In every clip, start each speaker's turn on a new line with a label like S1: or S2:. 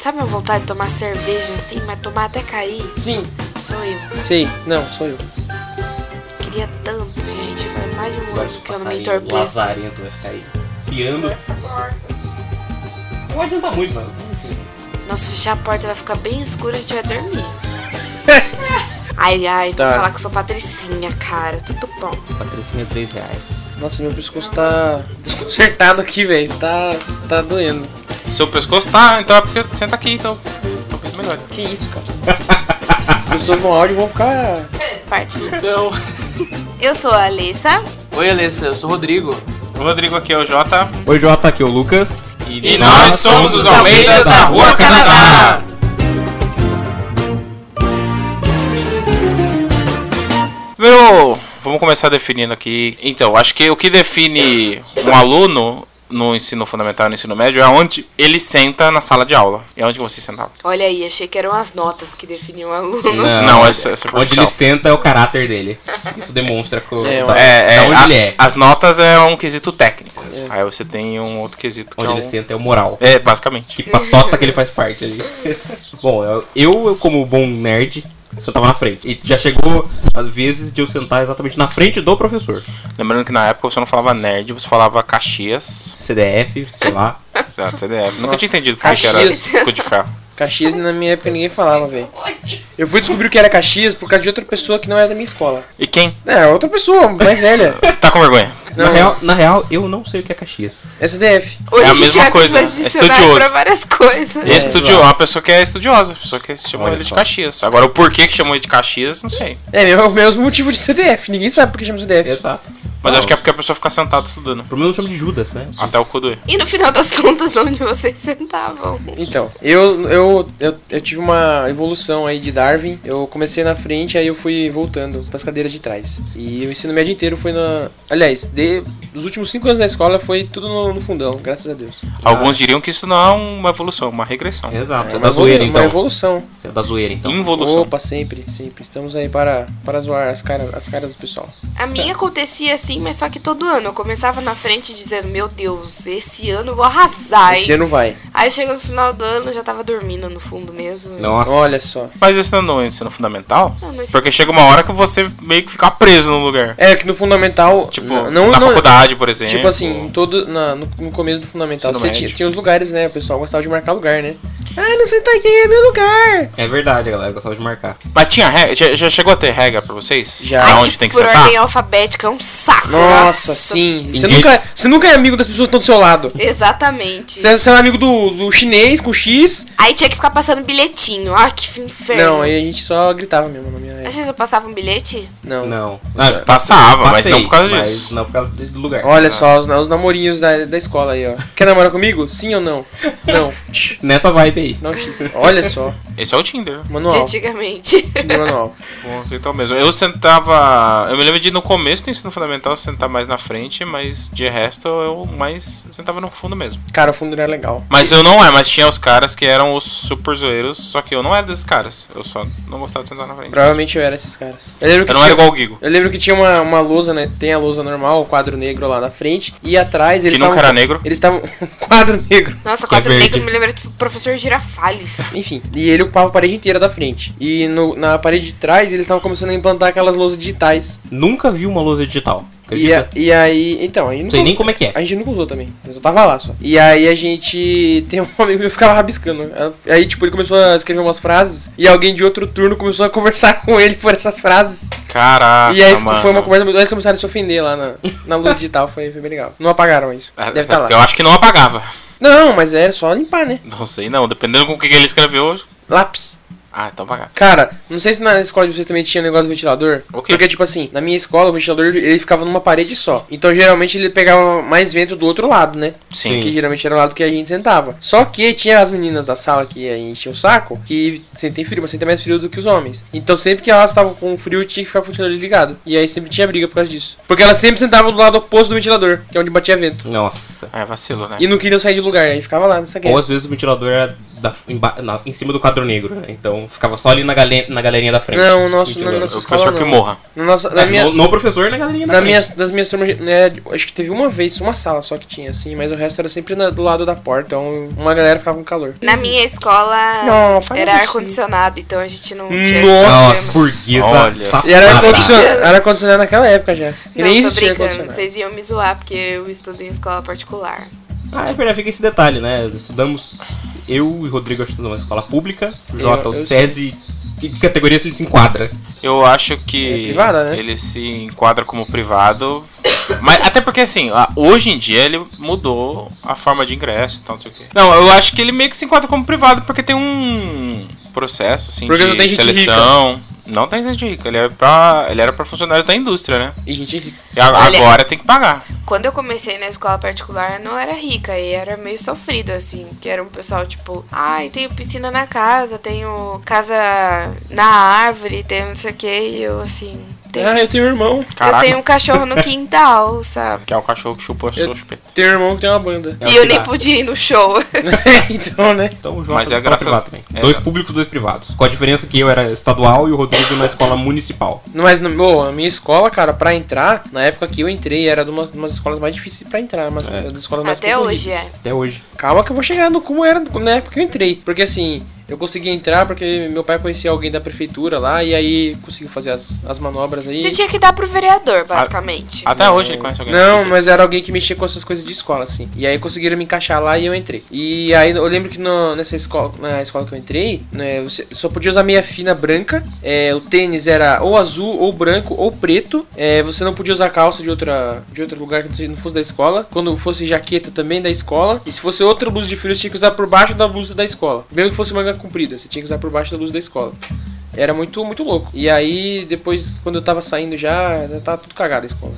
S1: Sabe minha vontade de tomar cerveja assim, mas tomar até cair?
S2: Sim,
S1: Sou eu.
S2: sei. Não, sou eu.
S1: Queria tanto, gente. Faz mais de um
S3: Agora
S1: ano
S3: os
S1: que eu não me
S3: passarinhos, O
S1: entorpeço.
S3: lazarento vai sair piando. Não adianta muito, mano. assim?
S1: Nossa, fechar a porta vai ficar bem escuro e a gente vai dormir. ai, ai, vou
S2: Tá.
S1: falar que sou patricinha, cara. Tudo bom.
S3: Patrocínio é 3 reais.
S2: Nossa, meu pescoço tá desconcertado aqui, velho. Tá, tá doendo.
S4: Seu pescoço tá, então é porque senta aqui, então. Talvez melhor.
S2: Que isso, cara? As pessoas no áudio vão ficar.
S1: Parte.
S4: Então.
S1: Eu sou a Alessa.
S5: Oi, Alessa, eu sou o Rodrigo.
S4: O Rodrigo aqui é o Jota.
S6: Oi, Jota, aqui é o Lucas.
S4: E nós somos os Almeidas da Rua Canadá. Primeiro, vamos começar definindo aqui. Então, acho que o que define um aluno no ensino fundamental e no ensino médio é onde ele senta na sala de aula. É onde você sentava.
S1: Olha aí, achei que eram as notas que definiam o aluno.
S4: Não, essa, essa é
S6: Onde
S4: superficial.
S6: ele senta é o caráter dele. Isso demonstra co-
S2: É,
S6: da,
S4: É, é,
S6: da onde
S4: a-
S6: ele é.
S4: As notas é um quesito técnico. Aí você tem um outro quesito que
S6: Onde
S4: é,
S6: ele
S4: um...
S6: senta é o moral.
S4: é basicamente.
S6: Que patota que ele faz parte ali. Bom, eu- eu, eu, como bom nerd, sentava na frente. E já chegou, às vezes, de eu sentar exatamente na frente do professor.
S4: Lembrando que na época você não falava nerd, você falava Caxias.
S6: CDF, sei lá.
S4: Exato, CDF. Nunca tinha entendido por que que era
S2: Caxias.
S4: cu de ferro.
S2: Caxias na minha época ninguém falava, velho. Eu fui descobrir o que era Caxias por causa de outra pessoa que não era da minha escola.
S4: E quem?
S2: É, outra pessoa, mais velha. É
S4: Tá com vergonha.
S2: Não,
S6: Na real, na real, eu não sei o que é Caxias.
S2: SDF.
S1: Hoje
S4: É a
S1: gente
S4: mesma
S1: já
S4: coisa,
S1: precisa de
S4: é
S1: dicionário
S4: estudioso.
S1: pra várias coisas.
S4: É, Estudio... Uma pessoa que é estudiosa, pessoa que chamou
S6: Olha
S4: ele de
S6: só.
S4: Caxias. Agora, o porquê que chamou ele de Caxias, não sei.
S2: É, meu, meus motivos de CDF. Ninguém sabe por que chama CDF.
S6: Exato.
S4: Mas acho que é porque a pessoa fica sentada estudando.
S6: Pelo menos eu chamo de Judas, né?
S4: Até o cu doer.
S1: E no final das contas, onde vocês sentavam?
S2: Então, eu, eu, eu, eu tive uma evolução aí de Darwin. Eu comecei na frente, aí eu fui voltando para as cadeiras de trás. E o ensino médio inteiro foi na. Aliás, de, dos últimos cinco anos da escola foi tudo no, no fundão, graças a Deus.
S4: Alguns diriam que isso não é uma evolução, uma regressão.
S6: Exato. É,
S2: uma
S6: da
S2: evolu-
S6: zoeira,
S2: Uma
S6: então.
S2: evolução.
S6: Você é da zoeira, então.
S4: Involução.
S2: Opa, sempre, sempre. Estamos aí para, para zoar as, cara, as caras do pessoal.
S1: A minha acontecia assim, mas só que todo ano. Eu começava na frente dizendo, meu Deus, esse ano eu vou arrasar,
S2: Esse
S1: hein?
S2: ano vai.
S1: Aí chega no final do ano, eu já tava dormindo no fundo mesmo.
S6: Nossa.
S2: Olha só.
S4: Mas isso não é no ensino fundamental?
S1: Não, no ensino-
S4: Porque chega uma hora que você meio que fica preso no lugar.
S2: É que no fundamental.
S4: Tipo,
S2: n- não,
S4: na
S2: não-
S4: faculdade, por exemplo.
S2: Tipo assim, em todo, na- no, no começo do fundamental,
S4: Ensino
S2: você tinha,
S4: médio.
S2: tinha os lugares, né? O pessoal gostava de marcar lugar, né? Ah, não senta aqui, é meu lugar.
S6: É verdade, galera. Eu gostava de marcar.
S4: Mas tinha regra? Já, já chegou a ter regra pra vocês?
S2: Já.
S4: Pra
S1: Ai,
S4: onde
S1: tipo,
S4: tem que
S1: por
S4: sentar?
S1: ordem alfabética, é um saco.
S2: Nossa, sim. Você
S6: Ninguém-
S2: nunca, você nunca é amigo das pessoas que estão do seu lado.
S1: Exatamente.
S2: Você, você é amigo do, do chinês com X.
S1: Aí tinha que ficar passando bilhetinho. Ah, que inferno.
S2: Não, aí a gente só gritava mesmo na minha
S1: Mas
S2: época.
S1: Vocês não passavam um bilhete?
S2: Não.
S6: Não. Ah,
S4: Passava, Então, mas é.
S6: passei,
S4: não por causa
S6: mas
S4: disso.
S6: Não por causa do lugar.
S2: Olha só, os, os namorinhos da, da escola aí, ó. Quer namorar comigo? Sim ou não? Não.
S6: Nessa vibe aí.
S2: Não, X. Olha só.
S4: Esse é o Tinder.
S1: De
S2: Manual.
S1: antigamente.
S2: Do manual.
S4: Conceito é mesmo. Eu sentava. Eu me lembro de no começo do ensino fundamental sentar mais na frente, mas de resto eu mais sentava no fundo mesmo.
S2: Cara, o fundo não era legal.
S4: Mas eu não é, mas tinha os caras que eram os super zoeiros, só que eu não era desses caras. Eu só não gostava de sentar na frente.
S2: Provavelmente eu era esses caras. Eu lembro que
S4: Eu não era
S2: tinha-
S4: igual o Gigo.
S2: Eu lembro que tinha uma, uma lousa, né? Tem a lousa normal, o quadro negro lá na frente. E atrás eles
S4: Que nunca
S2: tavam-
S4: era negro.
S2: Eles estavam. quadro negro.
S1: Nossa,
S6: Que é
S1: quadro negro
S6: verde.
S1: me lembra tipo professor Girafales.
S2: Enfim, e ele ocupava a parede inteira da frente. E no- na parede de trás eles estavam começando a implantar aquelas lousas digitais.
S6: Nunca vi uma lousa digital.
S2: E,
S6: Acredita?
S2: a- e aí. Então, aí
S6: Não
S2: não
S6: sei nem como é que é.
S2: A gente nunca usou também. Eu só tava lá só. E aí a gente. Tem um amigo meu que ficava rabiscando. Aí, tipo, ele começou a escrever umas frases. E alguém de outro turno começou a conversar com ele por essas frases.
S4: Caraca.
S2: e aí ficou-
S4: Ah, tá, mano.
S2: foi uma conversa. muito- Eles começaram a se ofender lá na, na lua digital. Foi, foi bem legal. Não apagaram isso.
S4: Ah,
S2: Deve estar
S4: Eu
S2: lá.
S4: acho que não apagava.
S2: Não, mas era só limpar, né?
S4: Não sei não, dependendo com o que que ele escreveu.
S2: Lápis.
S4: Ah, então apagava.
S2: Cara, não sei se na escola de vocês também tinha negócio do ventilador.
S4: O quê?
S2: Porque, tipo assim, na minha escola o ventilador ele ficava numa parede só. Então geralmente ele pegava mais vento do outro lado, né?
S4: Sim.
S2: Que geralmente era o lado que a gente sentava. Só que tinha as meninas da sala que aí enchiam o um saco, que sentem frio, mas sentem mais frio do que os homens. Então sempre que elas estavam com frio, tinha que ficar com o ventilador ligado. E aí sempre tinha briga por causa disso. Porque elas sempre sentavam do lado oposto do ventilador, que é onde batia vento.
S6: Nossa.
S4: Ah, É vacilo, né?
S2: E não queriam sair de lugar, aí ficava lá nessa
S6: Ou
S2: guerra.
S6: às vezes o ventilador era da- emba- na- em cima do quadro negro, né? Então ficava só ali na, gale, na galerinha da frente.
S2: Não, o nosso,
S6: Entendeu?
S2: na nossa
S4: Eu
S2: escola
S4: quero só que
S2: não.
S4: morra.
S2: Na nossa, na
S6: É,
S2: minha,
S6: no, no professor e na galerinha da
S2: na
S6: frente.
S2: minha, das minhas turmas, né, acho que teve uma vez, uma sala só que tinha, assim, mas o resto era sempre na- do lado da porta, então uma galera ficava com calor.
S1: Na minha escola
S2: Não, para
S1: era
S2: de-
S1: ar-condicionado, então a gente não tinha
S2: Nossa,
S1: esse problema.
S6: Nossa, burguesa
S4: Olha.
S6: safada. Ah,
S2: E era
S1: brincando.
S2: condicionado, era condicionado naquela época já. Que
S1: Não,
S2: nem
S1: tô
S2: existia
S1: brincando.
S2: condicionado.
S1: Vocês iam me zoar porque eu estudo em escola particular.
S6: Ah, é verdade, fica esse detalhe, né? Estudamos, eu e Rodrigo estudamos uma escola pública, o Jota,
S2: Eu-
S6: o
S2: eu-
S6: SESI, que categoria se ele se enquadra?
S4: Eu acho que
S2: É privada, né?
S4: ele se enquadra como privado. mas até porque assim, a- hoje em dia ele mudou a forma de ingresso, então não sei o quê. Não, eu acho que ele meio que se enquadra como privado porque tem um processo assim
S2: Porque
S4: de
S2: não tem gente
S4: seleção. Não tem gente rica, ele, é pra, ele era pra funcionários da indústria, né?
S2: E gente rica.
S4: E a-
S1: Olha-
S4: agora tem que pagar.
S1: Quando eu comecei na escola particular, eu não era rica e era meio sofrido, assim. Que era um pessoal tipo, ai, tenho piscina na casa, tenho casa na árvore, tenho não sei o que. E eu, assim, tenho-
S2: Ah, eu tenho um irmão.
S1: eu
S4: Caraca,
S1: tenho um cachorro no quintal, sabe?
S4: que é o cachorro que chupou a sua
S2: Eu-
S4: chupeta.
S2: Tenho um irmão que tem uma banda.
S6: É o
S1: e eu
S6: que
S1: nem
S6: dá.
S1: podia ir no show.
S2: então, né?
S6: Então o Jota
S4: Mas
S6: da
S4: é
S6: escola
S4: graças-
S6: privada né? também.
S4: é.
S6: Dois públicos, dois privados. Com a diferença que eu era estadual e o Rodrigo na escola municipal.
S2: Mas, no- bom, a minha escola, cara, pra entrar, na época que eu entrei, era de umas, de umas escolas mais difíceis pra entrar, mas
S6: É.
S2: é. das escolas mais
S1: Até hoje
S2: concorridas.
S1: é.
S6: Até hoje.
S2: Calma que eu vou chegar no como era na época que eu entrei. Porque assim, eu consegui entrar porque meu pai conhecia alguém da prefeitura lá e aí conseguiu fazer as, as manobras aí.
S1: Você tinha que dar pro vereador, basicamente.
S4: Até hoje ele conhece alguém.
S2: Não, mas era alguém que mexia com essas coisas de escola, assim. E aí conseguiram me encaixar lá e eu entrei. E aí eu lembro que no- nessa escola, na escola que eu entrei, né, você só podia usar meia fina branca. é, o tênis era ou azul, ou branco, ou preto. É, você não podia usar calça de, outra, de outro lugar que não fosse da escola. Quando fosse jaqueta também da escola. E se fosse outra blusa de frio, você tinha que usar por baixo da blusa da escola. Mesmo que fosse manga comprida, você tinha que usar por baixo da blusa da escola. Era muito, muito louco. E aí, depois, quando eu tava saindo já, já tava tudo cagado a escola.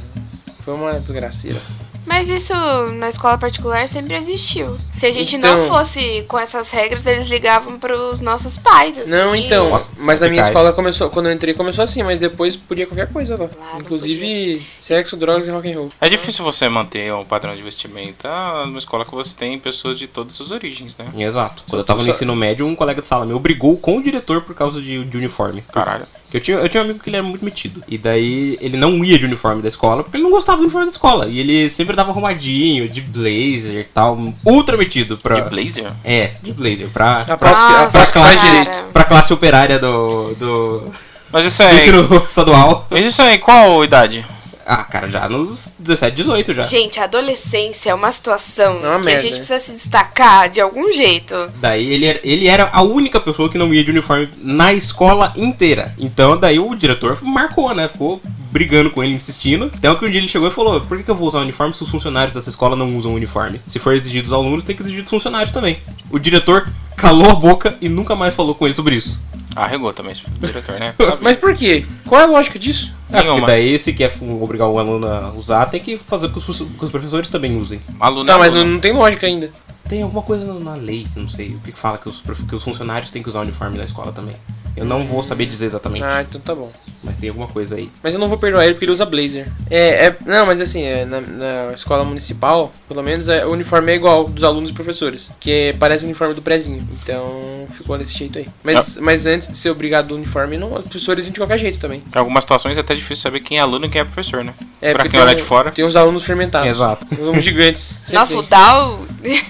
S2: Foi uma desgraceira.
S1: Mas isso na escola particular sempre existiu. Se a gente não
S2: Então-
S1: fosse com essas regras, eles ligavam pros nossos pais. Assim,
S2: Não, então,
S6: Nossa,
S2: mas a minha
S6: complicado.
S2: escola começou, quando eu entrei começou assim, mas depois podia qualquer coisa lá.
S1: Claro,
S2: Inclusive sexo, drogas e rock and roll.
S4: É difícil você manter um padrão de vestimenta numa escola que você tem pessoas de todas as origens, né?
S6: É, Exato. Quando eu tava no
S2: Só-
S6: ensino médio, um colega de sala me obrigou com o diretor por causa de, de uniforme.
S4: Caralho.
S6: Eu tinha, eu tinha um amigo que ele era muito metido. E daí ele não ia de uniforme da escola, porque ele não gostava do uniforme da escola. E ele sempre dava arrumadinho, de blazer e tal. Ultra metido
S2: Tá.
S6: pra.
S4: De blazer?
S6: É, de blazer. Pra,
S2: A
S6: pra,
S2: próxima, a
S1: Nossa,
S2: próxima
S6: classe,
S1: cara.
S6: pra classe operária do. do,
S4: Mas isso
S6: do
S4: é.
S6: ensino estadual.
S4: Mas isso aí, qual idade?
S6: Ah, cara, já nos 17, 18 já.
S1: Gente, a adolescência é uma situação
S2: É uma
S1: que a
S2: merda.
S1: gente precisa se destacar de algum jeito.
S6: Daí ele era, ele era a única pessoa que não ia de uniforme na escola inteira. Então daí o diretor marcou, né? Ficou brigando com ele, insistindo. Então que um dia ele chegou e falou: Por que, que eu vou usar uniforme se os funcionários dessa escola não usam uniforme? Se for exigido dos alunos, tem que exigir dos funcionários também. O diretor calou a boca e nunca mais falou com ele sobre isso.
S4: Arregou também esse diretor, né?
S2: Mas por quê? Qual é a lógica disso?
S6: É, porque
S4: Nenhuma.
S6: daí se quer fu- obrigar o aluno a usar, tem que fazer com que os, que os professores também usem.
S4: Aluno
S2: Tá,
S4: é
S2: mas não,
S4: aluno.
S2: não tem lógica ainda.
S6: Tem alguma coisa na lei, não sei, o que que fala que os, prof- que os funcionários têm que usar o uniforme da escola também. Eu não vou saber dizer exatamente.
S2: Ah, então tá bom.
S6: Mas tem alguma coisa aí.
S2: Mas eu não vou perdoar ele porque ele usa blazer. É, é não, mas assim, é, na, na escola municipal, pelo menos é, o uniforme é igual dos alunos e professores, que é- parece o uniforme do prezinho. Então ficou desse jeito aí. Mas, mas antes de ser obrigado do uniforme, não, os professores iam de qualquer jeito também.
S4: Em algumas situações é até difícil saber quem é aluno e quem é professor, né?
S2: É,
S4: pra
S2: porque
S4: quem
S2: tem
S4: olhar
S2: um-
S4: de fora.
S2: Tem uns alunos fermentados.
S6: Exato.
S2: Uns alunos gigantes. Sempre
S1: Nossa, o
S2: tem.
S1: Dal.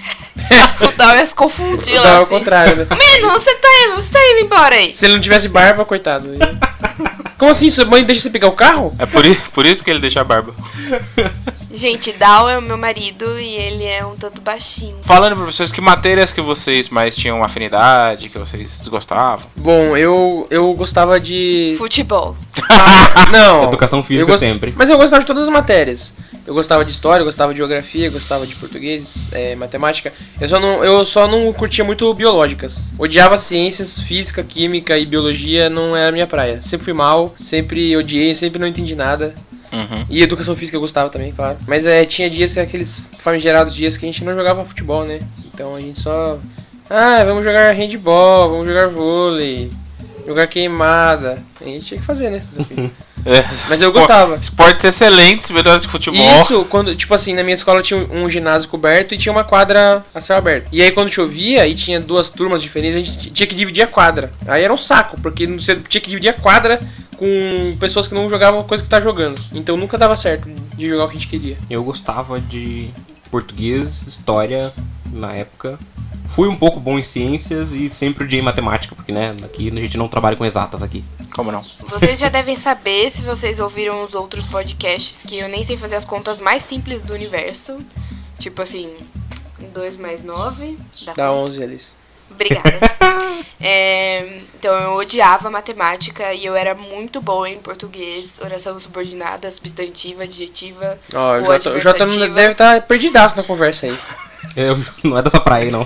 S1: o Dal ia se confundir
S2: Dá
S1: lá.
S2: ao
S1: Assim.
S2: contrário, né?
S1: Menino, você tá indo, você tá indo embora aí.
S2: Se ele não tivesse barba, coitado. Como assim? Sua mãe deixa você pegar o carro?
S4: É por, i- por isso que ele deixa a barba.
S1: Gente, Dal é o meu marido e ele é um tanto baixinho.
S4: Falando, professores, que matérias que vocês mais tinham afinidade, que vocês desgostavam?
S2: Bom, eu, eu gostava de.
S1: Futebol. Ah,
S2: Não.
S6: Educação física
S2: eu gost-
S6: sempre.
S2: Mas eu gostava de todas as matérias. Eu gostava de história, eu gostava de geografia, eu gostava de português, é, matemática. Eu só, não, eu só não curtia muito biológicas. Odiava ciências, física, química e biologia, não era a minha praia. Sempre fui mal, sempre odiei, sempre não entendi nada.
S4: Uhum.
S2: E educação física eu gostava também, claro. Mas é, tinha dias, que aqueles famigerados dias que a gente não jogava futebol, né? Então a gente só. Ah, vamos jogar handball, vamos jogar vôlei, jogar queimada. A gente tinha que fazer, né? Fazer o quê?
S4: É,
S2: Mas eu
S4: espo-
S2: gostava.
S4: Esportes excelentes, melhores que futebol.
S2: Isso, quando, tipo assim, na minha escola tinha um ginásio coberto e tinha uma quadra a céu aberto. E aí quando chovia e tinha duas turmas diferentes, a gente t- tinha que dividir a quadra. Aí era um saco, porque não- você tinha que dividir a quadra com pessoas que não jogavam a coisa que tá jogando. Então nunca dava certo de jogar o que a gente queria.
S6: Eu gostava de português, história na época. Fui um pouco bom em ciências e sempre odiei matemática, porque né, aqui a gente não trabalha com exatas aqui.
S4: Como não?
S1: Vocês já devem saber, se vocês ouviram os outros podcasts, que eu nem sei fazer as contas mais simples do universo. Tipo assim, 2 mais 9 dá,
S2: Dá
S1: quanto?
S2: 11 eles.
S1: Obrigada. É, então eu odiava matemática e eu era muito boa em português, oração subordinada, substantiva, adjetiva.
S2: Ó,
S1: O
S2: o Jota, o Jota não
S1: adversativa.
S2: deve estar perdidaço na conversa aí.
S6: Eu, não é dessa praia, aí, não.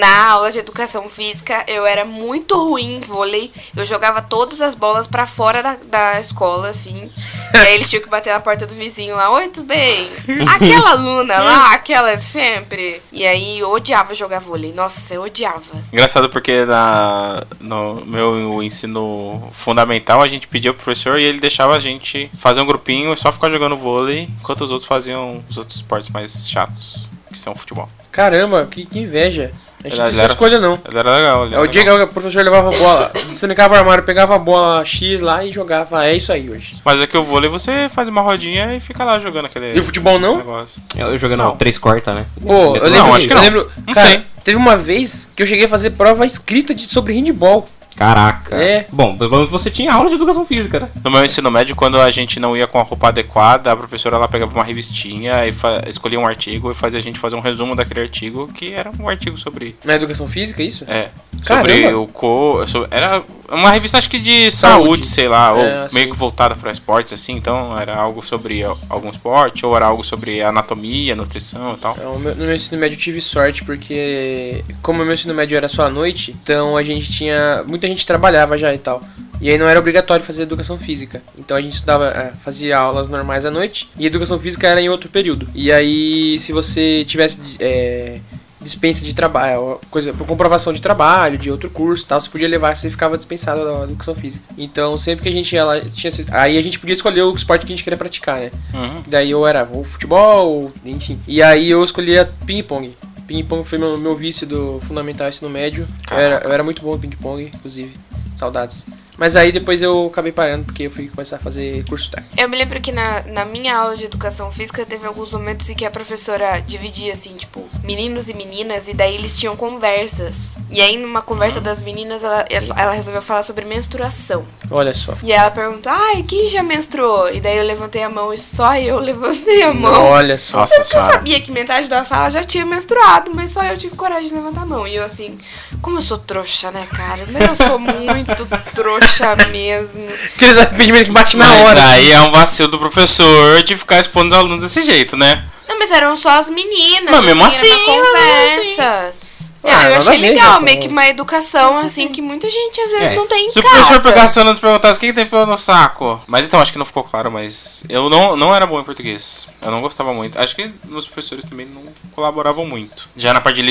S1: Na aula de educação física, eu era muito ruim em vôlei. Eu jogava todas as bolas pra fora da, da escola, assim. E aí eles tinham que bater na porta do vizinho lá. Oi, tudo bem? Aquela aluna lá, aquela de sempre. E aí eu odiava jogar vôlei. Nossa, eu odiava.
S4: Engraçado porque na, no meu ensino fundamental a gente pedia pro professor e ele deixava a gente fazer um grupinho e só ficar jogando vôlei, enquanto os outros faziam os outros esportes mais chatos, que são futebol.
S2: Caramba, que, que inveja. A gente não
S4: Era-
S2: tem essa
S4: era-
S2: escolha não.
S4: Mas Era legal. Era
S2: É o dia que o professor levava a bola, desanicava o armário, pegava a bola X lá e jogava. É isso aí hoje.
S4: Mas é que o vôlei você faz uma rodinha e fica lá jogando aquele
S2: E o futebol não?
S4: negócio.
S6: Eu, eu jogando
S4: Não.
S6: três corta, né?
S2: Pô, eu
S6: Não,
S2: lembro,
S4: acho que
S2: eu
S4: não.
S2: lembro-
S4: Não
S2: cara,
S4: sei.
S2: teve uma vez que eu cheguei a fazer prova escrita de, sobre handball.
S6: Caraca.
S2: É.
S6: Bom, pelo menos você tinha aula de educação física, né?
S4: No meu ensino médio, quando a gente não ia com a roupa adequada, a professora ela pegava uma revistinha e fa- escolhia um artigo e fazia a gente fazer um resumo daquele artigo, que era um artigo sobre
S2: Na educação física, isso?
S4: É.
S2: Caramba.
S4: Sobre o co. so- Era uma revista, acho que de saúde,
S2: Saúde.
S4: sei lá, ou
S2: É,
S4: meio
S2: sim.
S4: que voltada para esportes, assim. Então era algo sobre al- algum esporte, ou era algo sobre anatomia, nutrição e tal.
S2: Então, o meu- no meu ensino médio eu tive sorte, porque como o meu ensino médio era só à noite, então a gente tinha. Muita gente trabalhava já e tal. E aí não era obrigatório fazer educação física. Então a gente estudava, é, fazia aulas normais à noite e educação física era em outro período. E aí, se você tivesse é, dispensa de trabalho, coisa por comprovação de trabalho, de outro curso e tal, você podia levar, você ficava dispensado da educação física. Então sempre que a gente ia lá, tinha, esse- aí a gente podia escolher o esporte que a gente queria praticar, né?
S4: Uhum.
S2: Daí eu era ou futebol, ou- enfim. E aí eu escolhia ping-pong. Ping-pong foi meu, meu vício do fundamental ensino médio. Eu era, eu era muito bom em ping-pong, inclusive. Saudades. Mas aí depois eu acabei parando porque eu fui começar a fazer curso técnico.
S1: Eu me lembro que na, na minha aula de educação física teve alguns momentos em que a professora dividia, assim, tipo, meninos e meninas, e daí eles tinham conversas. E aí, numa conversa das meninas, ela, ela ela resolveu falar sobre menstruação.
S2: Olha só.
S1: E ela perguntou, ai, quem já menstruou? E daí eu levantei a mão e só eu levantei a mão.
S2: Olha só.
S4: Nossa
S1: Porque eu
S4: senhora.
S1: sabia que metade da sala já tinha menstruado, mas só eu tive coragem de levantar a mão. E eu assim, como eu sou trouxa, né, cara? Mas eu sou muito trouxa mesmo.
S2: Aqueles arrependimentos que bate na
S4: Mas
S2: hora.
S4: Daí é um vacilo do professor de ficar expondo os alunos desse jeito, né?
S1: Não, mas eram só as meninas.
S4: Mas mesmo
S1: era
S4: assim,
S1: uma conversa.
S2: assim.
S1: Ah,
S2: Ah,
S1: eu
S2: nada
S1: achei
S2: a ver,
S1: legal,
S2: Jota.
S1: meio que uma educação, assim, que muita gente às vezes
S6: É.
S1: não tem em
S4: né? Se o
S1: casa.
S4: professor pegasse os alunos e perguntasse quem tem pelo no saco. Mas então, acho que não ficou claro, mas eu não, não era bom em português. Eu não gostava muito. Acho que meus professores também não colaboravam muito. Já na parte de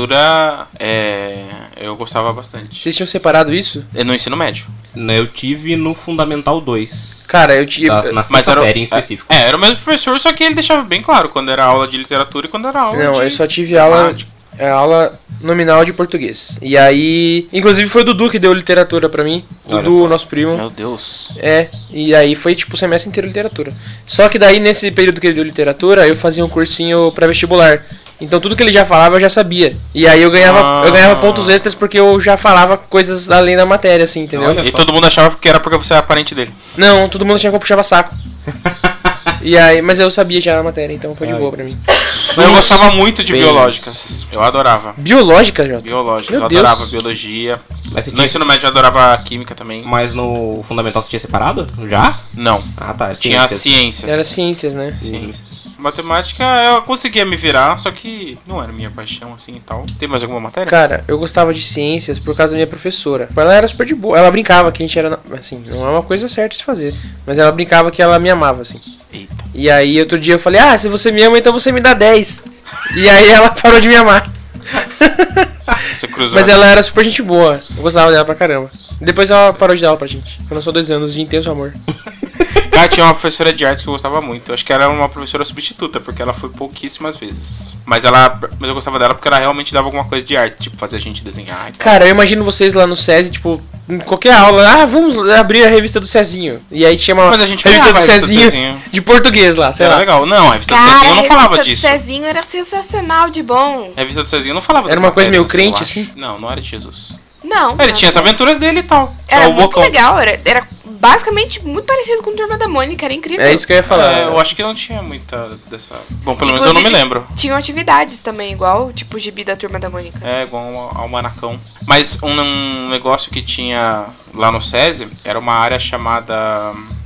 S4: literatura, é, eu gostava bastante.
S2: Vocês tinham separado isso?
S4: É no ensino médio.
S6: Né, Eu tive no Fundamental 2.
S2: Cara, eu tinha.
S6: Na, na
S4: Mas
S6: sexta
S4: era, o-
S6: série em específico.
S4: É, era o mesmo professor, só que ele deixava bem claro quando era aula de literatura e quando era aula de...
S2: Não, eu só tive aula,
S4: matemática.
S2: é, aula nominal de português. E aí. Inclusive foi o Dudu que deu literatura pra mim.
S6: Olha
S2: Dudu, nosso primo.
S4: Meu Deus.
S2: É, e aí foi tipo o semestre inteiro literatura. Só que daí nesse período que ele deu literatura, eu fazia um cursinho pré-vestibular. Então tudo que ele já falava eu já sabia. E aí eu ganhava,
S4: Ah.
S2: eu ganhava pontos extras porque eu já falava coisas além da matéria, assim, entendeu?
S6: Olha
S4: E
S6: só.
S4: todo mundo achava que era porque você era parente dele.
S2: Não, todo mundo tinha que eu puxava saco. e aí, mas eu sabia já a matéria, então foi de boa pra mim.
S4: eu gostava muito de
S2: bens.
S4: biológicas. Eu adorava.
S2: Biológica, Jota?
S4: Biológica,
S2: Meu
S4: eu
S2: Deus.
S4: adorava biologia.
S6: Mas você
S4: No
S6: tinha.
S4: ensino médio eu adorava química também.
S6: Mas no Fundamental você tinha separado? Já?
S4: Não,
S6: Ah, tá.
S4: tinha
S6: ciências.
S4: ciências.
S2: Era ciências, né?
S4: Ciências. Matemática eu conseguia me virar, só que não era minha paixão assim e tal. Tem mais alguma matéria?
S2: Cara, eu gostava de ciências por causa da minha professora. Ela era super de boa. Ela brincava que a gente era. na- Assim, não é uma coisa certa de se fazer. Mas ela brincava que ela me amava, assim.
S4: Eita.
S2: E aí outro dia eu falei, ah, se você me ama, então você me dá 10. E aí ela parou de me amar.
S4: Você cruzou.
S2: Mas ela era super gente boa. Eu gostava dela pra caramba. Depois ela parou de dar aula pra gente. Ela lançou dois anos de intenso amor.
S4: Cara, Ah, tinha uma professora de artes que eu gostava muito. Eu acho que ela era uma professora substituta, porque ela foi pouquíssimas vezes. Mas ela. Mas eu gostava dela porque ela realmente dava alguma coisa de arte, tipo, fazer a gente desenhar. e tal.
S2: Cara, eu imagino vocês lá no SESI, tipo, em qualquer aula, ah, vamos abrir a revista do Cezinho. E aí tinha uma
S4: Mas a gente
S2: revista do
S4: ganhava a revista do
S2: Cezinho,
S4: Cezinho.
S2: de português lá, sei
S4: Era
S2: lá.
S4: legal. Não, a revista do
S1: Cara,
S4: Cezinho
S1: a
S4: assim, eu não falava
S1: revista do
S4: disso. É.
S1: Cezinho era sensacional de bom.
S4: A revista do Cezinho eu não falava
S2: Era
S4: das
S2: uma coisa meio
S4: matérias, eu
S2: crente,
S4: acho.
S2: assim?
S4: Não, não era de Jesus.
S1: Não.
S4: Ele
S1: não.
S4: tinha as aventuras dele e tal.
S1: Era
S4: Só o
S1: muito
S4: bocão.
S1: legal, era, era basicamente muito parecido com Turma da Mônica, era incrível.
S2: É isso que eu ia falar.
S4: É, eu acho que não tinha muita dessa. Bom, pelo menos eu não
S1: Inclusive,
S4: me lembro.
S1: Tinham atividades também, igual, tipo o gibi da Turma da Mônica.
S4: É, igual ao ao Manacão. Mas um, um negócio que tinha lá no SESI era uma área chamada.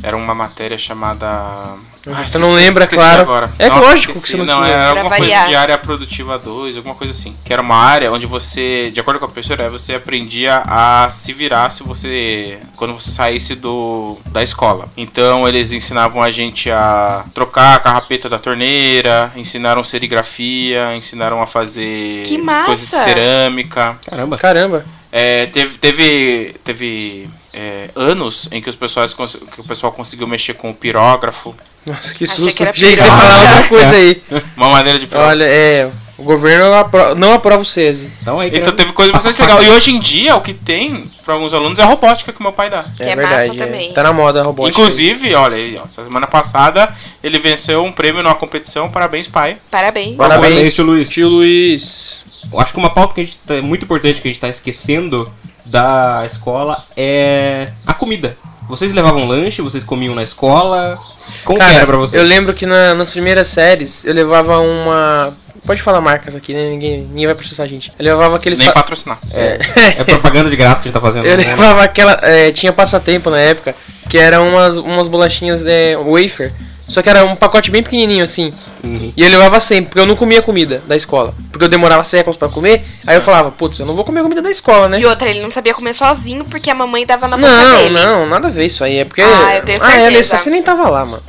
S4: Era uma matéria chamada. Ah,
S2: Você não lembra,
S4: esqueci
S2: claro.
S4: agora.
S2: É
S4: Não,
S2: lógico que
S4: esqueci,
S2: você não
S4: Não,
S2: tinha.
S4: era
S1: Pra
S4: alguma coisa
S1: variar.
S4: de área é produtiva 2, alguma coisa assim. Que era uma área onde você, de acordo com a professora, você aprendia a se virar se você. quando você saísse do da escola. Então eles ensinavam a gente a trocar a carrapeta da torneira, ensinaram serigrafia, ensinaram a fazer
S1: Que massa!
S4: coisas de cerâmica.
S6: Caramba.
S2: Caramba.
S4: É, teve teve, teve é, anos em que, os pessoais, cons- que o pessoal conseguiu mexer com o pirógrafo,
S2: Nossa, que
S1: Achei
S2: susto.
S1: que era
S2: Achei que você ia
S1: piroca.
S2: falar outra coisa aí.
S4: uma maneira de pirógrafo.
S2: Olha, é. O governo apro- não aprova o SESI.
S6: Então aí.
S4: Então
S6: cara,
S4: teve coisa bastante legal. E hoje em dia, o que tem pra alguns alunos é a robótica que meu pai dá.
S1: Que é massa também.
S2: Tá na moda a robótica.
S4: Inclusive, olha aí, ó, essa semana passada ele venceu um prêmio numa competição, parabéns, pai.
S1: Parabéns.
S2: Parabéns,
S6: Parabéns, tio Luiz.
S2: Tio Luiz.
S6: Eu acho que uma pauta que a gente tá, muito importante que a gente tá esquecendo da escola é a comida. Vocês levavam lanche, vocês comiam na escola. Como que era um pra vocês?
S2: eu lembro que na- nas primeiras séries eu levava uma. Pode falar marcas aqui, né? Ninguém, ninguém vai processar a gente. Eu levava aqueles.
S4: Nem
S2: pa-
S4: patrocinar.
S6: É propaganda de graça que a gente tá fazendo.
S2: Eu
S6: não é?
S2: levava aquela. é, tinha passatempo na época, que eram umas, umas bolachinhas é, wafer. Só que era um pacote bem pequenininho assim.
S6: Uhum.
S2: E eu levava sempre, porque eu não comia comida da escola. Porque eu demorava séculos pra comer. Aí eu falava, putz, eu não vou comer comida da escola, né?
S1: E outra, ele não sabia comer sozinho porque a mamãe dava na boca
S2: Não,
S1: dele.
S2: não, nada a ver isso aí. É porque.
S1: Ah, eu tenho
S2: é,
S1: certeza.
S2: Alessa, você nem tava lá, mano.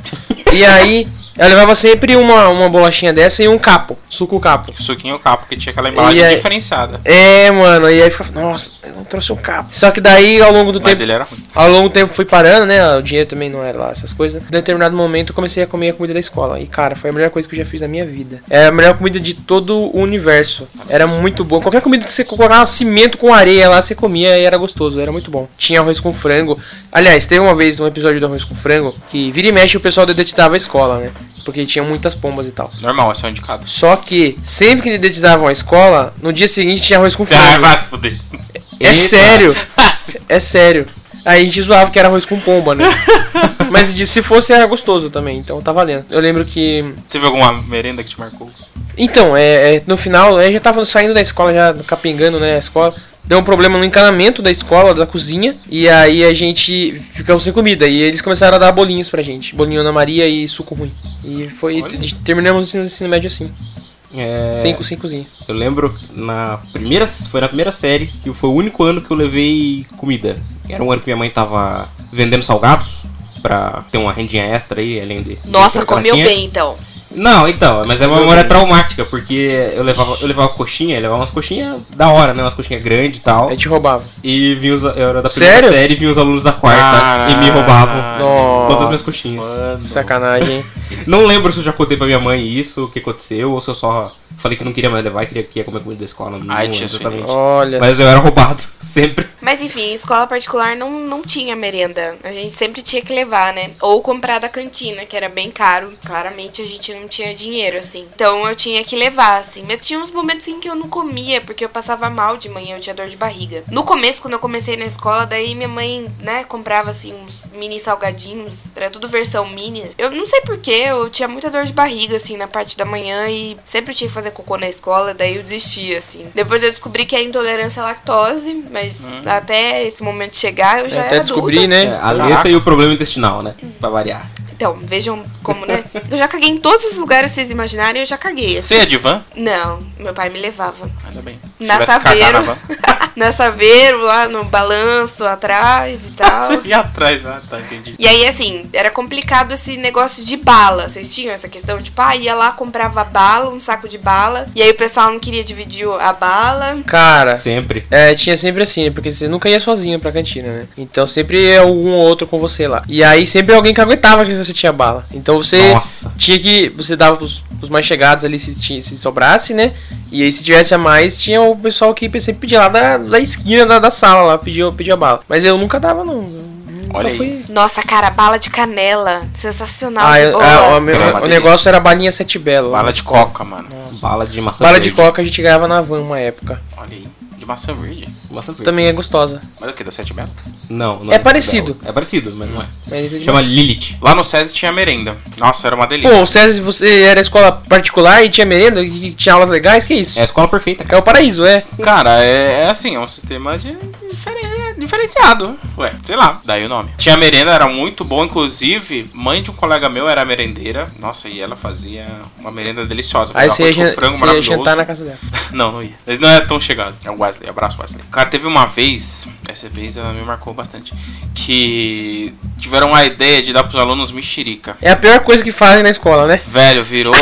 S2: E aí, eu levava sempre uma, uma bolachinha dessa e um capo, suco capo.
S4: Suquinho capo, que tinha aquela embalagem
S2: E aí-
S4: diferenciada.
S2: É, mano, e aí ficava, nossa, eu não trouxe um capo. Só que daí, ao longo do
S4: Mas
S2: tempo.
S4: ele era ruim.
S2: Ao longo do tempo fui parando, né? O dinheiro também não era lá, essas coisas. Em determinado momento eu comecei a comer a comida da escola. E cara, foi a melhor coisa que eu já fiz na minha vida. É a melhor comida de todo o universo. Era muito boa. Qualquer comida que você colocava cimento com areia lá, você comia e era gostoso. Era muito bom. Tinha arroz com frango. Aliás, teve uma vez um episódio do arroz com frango que vira e mexe o pessoal dedetizava a escola, né? Porque tinha muitas pombas e tal.
S4: Normal, esse é um indicado.
S2: Só que, sempre que dedetizavam a escola, no dia seguinte tinha arroz com
S4: Ah,
S2: frango.
S4: vai se fuder.
S2: É sério. É sério. Aí a gente zoava que era arroz com pomba, né? Mas de- se fosse era gostoso também, então tá valendo. Eu lembro que.
S4: Teve alguma merenda que te marcou?
S2: Então, é, é, no final, eu já tava saindo da escola, já capengando, né? A escola. Deu um problema no encanamento da escola, da cozinha. E aí a gente ficou sem comida. E eles começaram a dar bolinhos pra gente. Bolinho Ana Maria e suco ruim. E foi.
S4: Olha.
S2: de- Terminamos o ensino- ensino médio assim.
S6: É,
S2: Sem, co- sem cozinha.
S6: Eu lembro na primeira, foi na primeira série que foi o único ano que eu levei comida. Era um ano que minha mãe tava vendendo salgados pra ter uma rendinha extra aí, além de
S1: Nossa,
S6: do que ela
S1: comeu
S6: tinha.
S1: bem então.
S6: Não, então, mas é uma memória traumática, porque eu levava, eu levava coxinha, eu levava umas coxinhas da hora, né? Umas coxinhas grandes e tal.
S2: Aí te roubava.
S6: E vinha os, eu era da primeira
S2: É Sério?
S6: série e vinha os alunos da quarta e me roubavam
S2: Nossa.
S6: todas as minhas coxinhas.
S4: Mano.
S2: Sacanagem, hein?
S6: Não lembro se eu já contei pra minha mãe isso, o que aconteceu, ou se eu só falei que não queria mais levar e queria que ia comer comida da escola. Não
S4: Ai,
S6: lembro
S4: tia,
S6: exatamente.
S2: Olha.
S6: Mas eu era roubado, sempre.
S1: Mas enfim, em escola particular não, não tinha merenda. A gente sempre tinha que levar, né? Ou comprar da cantina, que era bem caro. Claramente a gente não tinha dinheiro, assim. Então eu tinha que levar, assim. Mas tinha uns momentos em que eu não comia, porque eu passava mal de manhã, eu tinha dor de barriga. No começo, quando eu comecei na escola, daí minha mãe, né, comprava assim uns mini salgadinhos. Era tudo versão mini. Eu não sei porquê, eu tinha muita dor de barriga, assim, na parte da manhã e sempre tinha que fazer cocô na escola, daí eu desistia, assim. Depois eu descobri que é intolerância à lactose, mas até esse momento chegar eu já
S2: É, Até
S1: era
S2: descobri,
S1: adulta.
S2: né?
S6: É, a Alessa e o problema intestinal, né? Pra variar.
S1: Então, vejam como, né? Eu já caguei em todos os lugares que vocês imaginarem, eu já caguei. Assim.
S4: Você é de van?
S1: Não, meu pai me levava.
S4: Ainda bem. Se
S1: Na
S4: tivesse cagar
S1: Saveiro.
S4: na van.
S1: na Saveiro, lá no balanço, atrás e tal.
S4: Você ia atrás, ah, tá, entendi.
S1: E aí, assim, era complicado esse negócio de bala. Vocês tinham essa questão, tipo, ah, ia lá, comprava bala, um saco de bala. E aí o pessoal não queria dividir a bala.
S2: Cara,
S6: Sempre.
S2: É, tinha sempre assim, né? Porque você nunca ia sozinho pra cantina, né? Então sempre ia um ou outro com você lá. E aí sempre alguém caguetava que você tinha bala. Então você
S6: Nossa.
S2: tinha que. Você dava pros, pros mais chegados ali se, ti- se sobrasse, né? E aí se tivesse a mais, tinha o pessoal que sempre pedia lá da, da esquina da, da sala lá, pedia, pedia bala. Mas eu nunca dava, não. Eu nunca
S4: Olha aí.
S1: Nossa, cara, bala de canela. Sensacional.
S2: Ah,
S1: de
S2: eu-
S1: boa.
S2: ah, o, meu-
S4: Era uma
S2: o
S4: delícia.
S2: negócio era balinha sete belo. lá.
S4: Bala de coca, mano.
S6: Bala de maçã
S2: Bala de
S6: verde.
S2: coca a gente ganhava na van uma época.
S4: Olha aí. De maçã verde.
S6: Maçã verde.
S2: Também é gostosa.
S4: Mas o que? Da Sete Belo?
S6: Não, não
S2: É
S6: de
S2: parecido.
S6: Bela. É parecido, mas não é.
S2: Mas é de
S6: Chama Lilith.
S4: Lá no SESI tinha merenda. Nossa, era uma delícia.
S2: Pô, o César, você era escola particular e tinha merenda e tinha aulas legais, que isso?
S6: É a escola perfeita,
S2: É
S6: cara.
S2: o paraíso, é.
S4: Cara, é, é assim, é um sistema de diferen- diferenciado. Ué, sei lá, daí o nome. Tinha merenda, era muito bom, inclusive, mãe de um colega meu era merendeira. Nossa, e ela fazia uma merenda deliciosa.
S2: Aí
S4: Fazia
S2: você ia,
S4: arroz
S2: jan-
S4: com frango
S2: você ia
S4: maravilhoso.
S2: jantar na casa dela.
S4: Não, não ia. Ele não é tão chegado. É o Wesley, abraço Wesley. Cara, teve uma vez, essa vez ela me marcou bastante, que tiveram a ideia de dar pros alunos mexerica.
S2: É a pior coisa que fazem na escola, né?
S4: Velho, virou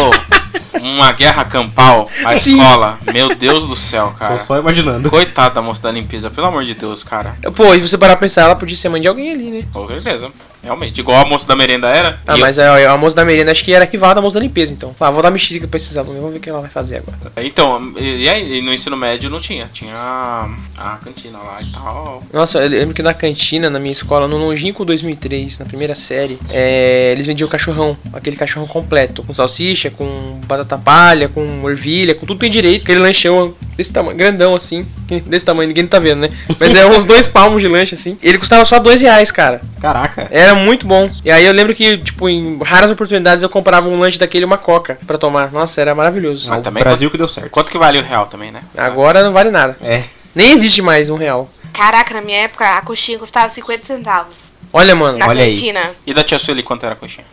S4: uma guerra campal a
S2: Sim.
S4: escola. Meu Deus do céu, cara.
S6: Tô só imaginando.
S4: Coitada da moça da limpeza, pelo amor de Deus, cara.
S2: Pô, e você parar pra pensar, ela podia ser mãe de alguém ali, né?
S4: Com certeza. Realmente. Igual a moça da merenda era.
S2: Ah,
S4: e
S2: mas é, ó, a moça da merenda acho que era rival da moça da limpeza, então. Ah, vou dar mexerica pra esses alunos, vamos ver o que ela vai fazer agora.
S4: eu- então, e aí, e no ensino médio não tinha. Tinha a, a cantina lá e tal.
S2: Nossa, eu lembro que na cantina, na minha escola, no Longínquo 2003, na primeira série, é, eles vendiam cachorrão, aquele cachorrão completo, com salsicha, com batata palha, com ervilha, com tudo que tem direito, aquele lanchão desse tamanho, grandão assim, desse tamanho, ninguém tá vendo, né? Mas é uns dois palmos de lanche assim. Ele custava só dois reais, cara.
S6: Caraca.
S2: Era muito bom. E aí eu lembro que, tipo, em raras oportunidades eu comprava um lanche daquele e uma coca pra tomar. Nossa, era maravilhoso.
S4: Mas
S6: O
S4: também-
S6: Brasil que deu certo.
S4: Quanto que vale o real também, né?
S2: Agora não vale nada.
S6: É.
S2: Nem existe mais um real.
S1: Caraca, na minha época a coxinha custava 50 centavos.
S2: Olha, mano,
S1: Na
S6: Olha aí.
S1: cantina.
S4: E da tia Sueli quanto era a coxinha?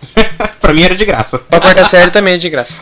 S6: pra mim era de graça.
S2: pra quarta série também é de graça.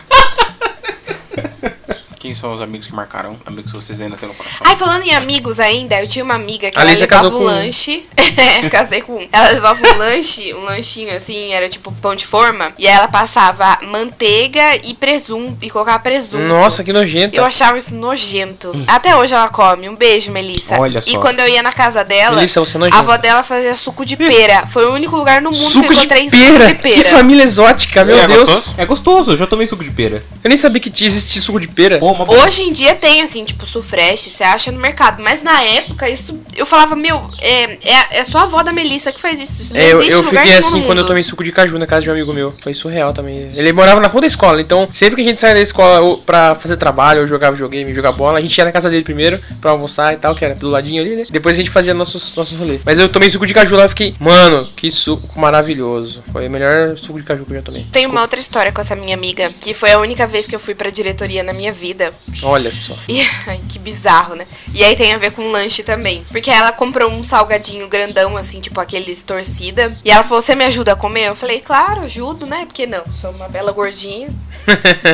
S4: Quem são os amigos que marcaram? Amigos que vocês ainda têm no coração.
S1: Ai, falando em amigos ainda, eu tinha uma amiga que
S2: A
S1: ela
S2: Lisa
S1: levava
S2: casou
S1: um
S2: com um.
S1: lanche. É, casei com um. Ela levava um lanche, um lanchinho assim, era tipo pão de forma. E aí ela passava manteiga e presunto. E colocava presunto.
S2: Nossa, que nojento.
S1: Eu achava isso nojento. Até hoje ela come. Um beijo, Melissa.
S6: Olha
S1: E
S6: só.
S1: quando eu ia na casa dela,
S2: Melissa, você é
S1: a
S2: nojenta.
S1: avó dela fazia suco de pera. Foi o único lugar no mundo que
S2: Suco
S1: eu
S2: de
S1: encontrei
S2: pera.
S1: suco de
S2: Que
S1: pera.
S2: família exótica, meu
S4: É
S2: Deus. É.
S4: gostoso?
S6: É gostoso, eu já tomei suco de pera.
S2: Eu nem sabia que tinha- existia suco de pera.
S6: Pô, uma boa.
S1: Hoje em dia tem, assim, tipo, sufreste, você acha no mercado. Mas na época, isso. Eu falava, meu, é, é, é só a avó da Melissa que faz isso. Isso não
S2: É, eu,
S1: existe
S2: eu
S1: em lugar
S2: fiquei
S1: nenhum no
S2: assim quando eu
S1: mundo.
S2: tomei suco de caju na casa de um amigo meu. Foi surreal também. Ele morava na rua da escola, então sempre que a gente saía da escola ou pra fazer trabalho, ou jogar videogame, jogar bola, a gente ia na casa dele primeiro pra almoçar e tal, que era do ladinho ali, né? Depois a gente fazia nossos, nossos rolês. Mas eu tomei suco de caju lá e fiquei, mano, que suco maravilhoso. Foi o melhor suco de caju que eu já tomei.
S1: Tem uma outra história com essa minha amiga, que foi a única vez que eu fui pra diretoria na minha vida.
S2: Olha só.
S1: E, ai, que bizarro, né? E aí tem a ver com lanche também. Porque ela comprou um salgadinho grandão, assim, tipo aqueles torcida. E ela falou: Você me ajuda a comer? Eu falei: Claro, ajudo, né? Porque não, sou uma bela gordinha.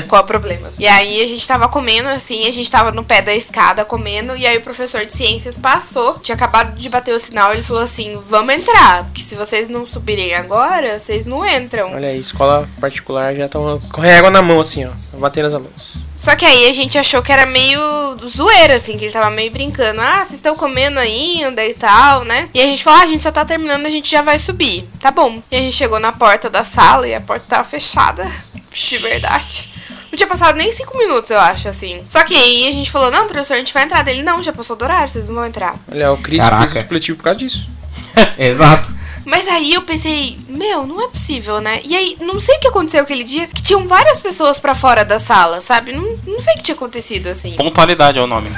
S1: Qual o problema? E aí a gente tava comendo, assim, a gente tava no pé da escada comendo. E aí o professor de ciências passou, tinha acabado de bater o sinal. Ele falou assim: Vamos entrar, porque se vocês não subirem agora, vocês não entram.
S2: Olha aí, escola particular já estão com água na mão, assim, ó. Batendo as mãos.
S1: Só que aí a gente achou que era meio zoeira, assim, que ele tava meio brincando. Ah, vocês estão comendo ainda e tal, né? E a gente falou, ah, a gente só tá terminando, a gente já vai subir. Tá bom. E a gente chegou na porta da sala e a porta tava fechada. De verdade. Não tinha passado nem cinco minutos, eu acho, assim. Só que aí a gente falou, não, professor, a gente vai entrar. Ele, não, já passou do horário, vocês não vão entrar.
S2: Olha, o Cris
S6: Caraca.
S2: fez o supletivo por causa disso.
S6: É, Exato.
S1: Mas aí eu pensei, meu, não é possível, né? E aí, não sei o que aconteceu aquele dia, que tinham várias pessoas pra fora da sala, sabe? Não, não sei o que tinha acontecido, assim.
S4: Pontualidade é o nome.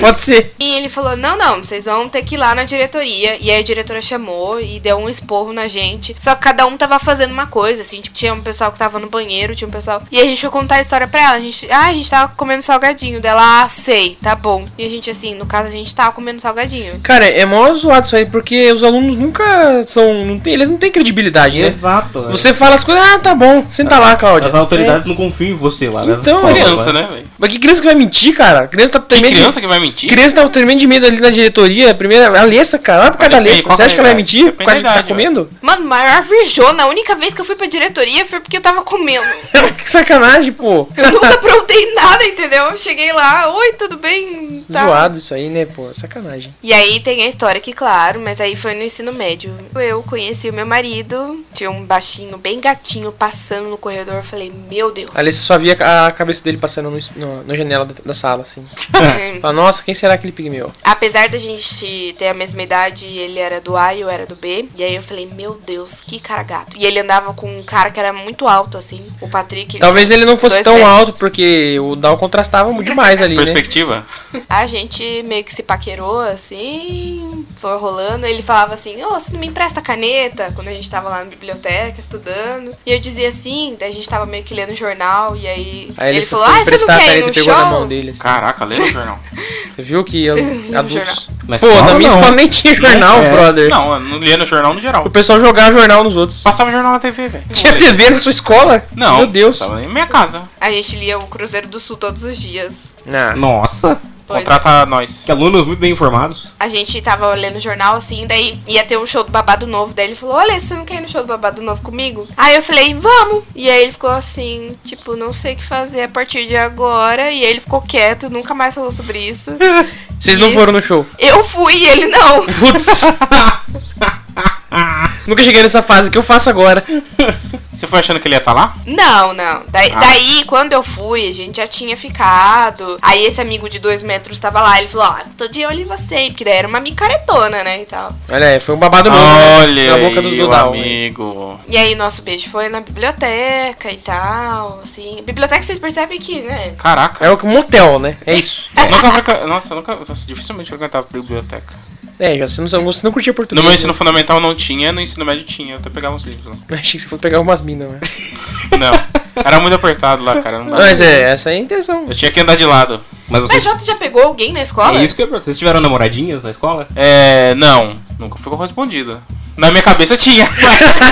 S2: Pode ser.
S1: E ele falou: não, não, vocês vão ter que ir lá na diretoria. E aí a diretora chamou e deu um esporro na gente. Só que cada um tava fazendo uma coisa, assim. Tipo, tinha um pessoal que tava no banheiro, tinha um pessoal. E a gente foi contar a história pra ela. A gente, ah, a gente tava comendo salgadinho. Dela, ah, sei, tá bom. E a gente, assim, no caso, a gente tava comendo salgadinho.
S2: Cara, é mó zoado isso aí, porque os alunos nunca nunca são. Não tem, eles não têm credibilidade, né?
S6: Exato. é.
S2: Você fala as coisas, ah, tá bom, senta lá, Cláudia.
S6: As autoridades não confiam em você lá. né?
S2: Então,
S6: Essas
S4: Criança,
S6: escolas,
S4: né, velho?
S2: É. Mas que criança que vai mentir, cara? Criança tá
S4: Tem
S2: tremendo. de-
S4: criança que vai mentir?
S2: Criança tá tremendo de medo ali na diretoria. A primeira, a Alessa, cara, lá por causa da
S4: Depende,
S2: Alessa.
S4: qual
S2: Você acha que
S4: que é
S2: ela
S4: a
S2: vai
S4: idade?
S2: mentir por
S4: Depende
S2: causa de
S4: da
S2: tá
S4: idade, né?
S2: comendo?
S1: Mano, maior virjona. A única vez que eu fui pra diretoria foi porque eu tava comendo.
S2: que sacanagem, pô.
S1: Eu nunca aprontei nada, entendeu? Eu Cheguei lá, oi, tudo bem? Tá.
S2: Zoado isso aí, né, pô? Sacanagem.
S1: E aí tem a história que, claro, mas aí foi no ensino médio. Eu conheci o meu marido, tinha um baixinho bem gatinho passando no corredor. Eu falei, meu Deus.
S2: A Alessa só via a- a cabeça dele passando no, no- na janela da, da sala, assim.
S1: É.
S2: Fala, nossa, quem será aquele pigmeu?
S1: Apesar da gente ter a mesma idade, ele era do A e eu era do B. E aí eu falei, meu Deus, que cara gato. E ele andava com um cara que era muito alto, assim, o Patrick.
S2: Talvez
S1: tinha
S2: ele não fosse
S1: dois
S2: tão
S1: metros.
S2: alto, porque o Down contrastava demais ali, né?
S4: Perspectiva?
S1: A gente meio que se paquerou, assim, foi rolando. Ele falava assim, ô, você não me empresta caneta? Quando a gente tava lá na biblioteca, estudando. E eu dizia assim, daí a gente tava meio que lendo jornal, e aí,
S2: Aí
S1: ele
S2: ele
S1: falou,
S2: foi
S1: ah, você não
S2: emprestar a
S1: quer ir
S2: caneta
S1: no
S2: e pegou na
S1: show?
S2: mão dele. assim.
S4: Caraca, lê no jornal.
S2: Você viu que
S1: Vocês
S2: os
S1: viram
S2: adultos.
S6: Na
S2: Pô,
S6: escola,
S2: na minha
S6: não.
S2: escola nem tinha jornal,
S6: É.
S2: brother.
S4: Não, eu não lia no jornal no geral.
S2: O pessoal jogava jornal nos outros.
S4: Passava jornal na TV, velho.
S2: Tinha TV na sua escola?
S4: Não.
S2: Meu Deus.
S4: Tava em minha casa.
S1: A gente lia o Cruzeiro do Sul todos os dias.
S2: Ah,
S6: Nossa,
S1: Pois
S4: Contrata nós.
S6: que alunos muito bem informados.
S1: A gente tava lendo o jornal assim, daí ia ter um show do Babado Novo. Daí ele falou: Olha, você não quer ir no show do Babado Novo comigo? Aí eu falei: Vamos! E aí ele ficou assim, tipo, não sei o que fazer a partir de agora. E aí ele ficou quieto, nunca mais falou sobre isso.
S2: Vocês não
S1: E-
S2: foram no show.
S1: Eu fui e ele não.
S2: Putz. Nunca cheguei nessa fase. O que eu faço agora?
S4: Você foi achando que ele ia estar lá?
S1: Não, não. Daí,
S4: Ah.
S1: daí, quando eu fui, a gente já tinha ficado. Aí esse amigo de dois metros tava lá. Ele falou: Ó, tô de olho em você. hein?" Porque daí era uma micaretona, né? E tal.
S2: Olha aí, foi um babado novo. né?
S4: Olha
S2: Na boca
S4: aí,
S2: do né?
S4: o
S2: Dudal. hein?
S4: amigo.
S1: E aí nosso beijo foi na biblioteca e tal. Assim, biblioteca vocês percebem que, né?
S4: Caraca.
S2: É o que- um motel, né? É isso.
S4: Eu nunca frequ... Nossa, eu nunca... Nossa, dificilmente frequentava biblioteca.
S2: É, já você não, você não curtia
S4: No
S2: português.
S4: meu ensino fundamental não tinha, no ensino médio tinha. Eu até pegava uns livros lá.
S2: né? Achei que você fosse pegar umas minas, né?
S4: Não. Era muito apertado lá, cara. Não dava.
S2: Mas é, essa é a intenção.
S4: Eu tinha que andar de lado.
S6: Mas
S1: Mas
S6: vocês.
S1: Jota já pegou alguém na escola?
S6: É isso que eu ia perguntar. Vocês tiveram namoradinhas na escola?
S4: É. Não. Nunca fui correspondida. Na minha cabeça tinha,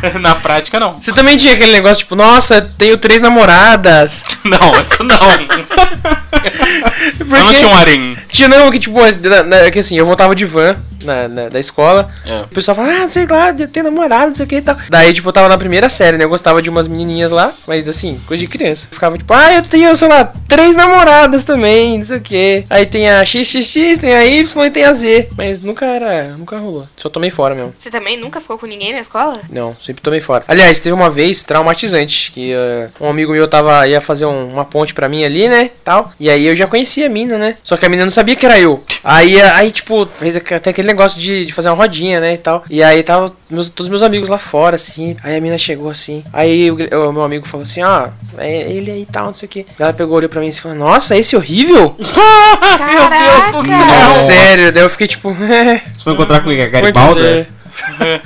S4: mas na prática não.
S2: Você também tinha aquele negócio tipo, nossa, tenho três namoradas.
S4: Não, isso não.
S2: Porque
S4: Eu não tinha um harém.
S2: Tinha não, que tipo, na- na- que assim, eu voltava de van na, na- da escola,
S4: É.
S2: o pessoal falava, ah, não sei lá, tem namorado, não sei o que e tal. Daí, tipo, eu tava na primeira série, né? Eu gostava de umas menininhas lá, mas assim, coisa de criança. Eu Ficava tipo, ah, eu tenho, sei lá, três namoradas também, não sei o que. Aí tem a XXX, tem a Y e tem a Z. Mas nunca era, nunca rolou. Só tomei fora mesmo.
S1: Você também nunca ficou com ninguém na escola?
S2: Não, sempre tomei fora. Aliás, teve uma vez traumatizante que eh, um amigo meu tava ia fazer um- uma ponte pra mim ali, né, tal. E aí eu já conhecia a mina, né? Só que a mina não sabia que era eu. Aí eh, aí tipo fez aque- até aquele negócio de, de fazer uma rodinha, né, e tal. E aí tava meus- todos meus amigos lá fora assim. Aí a mina chegou assim. Aí o, o meu amigo falou assim: "Ó, é ele aí e tal, não sei o quê". Ela pegou olhou pra mim e falou: "Nossa, esse é horrível?".
S1: Caraca!
S2: Não, sério, daí eu fiquei tipo, é.
S6: Vocês foram encontrar com a Garibaldi?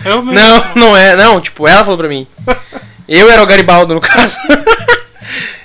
S4: Eu mesmo.
S2: Não, não é, não, tipo, ela falou pra mim. Eu era o Garibaldo, no caso.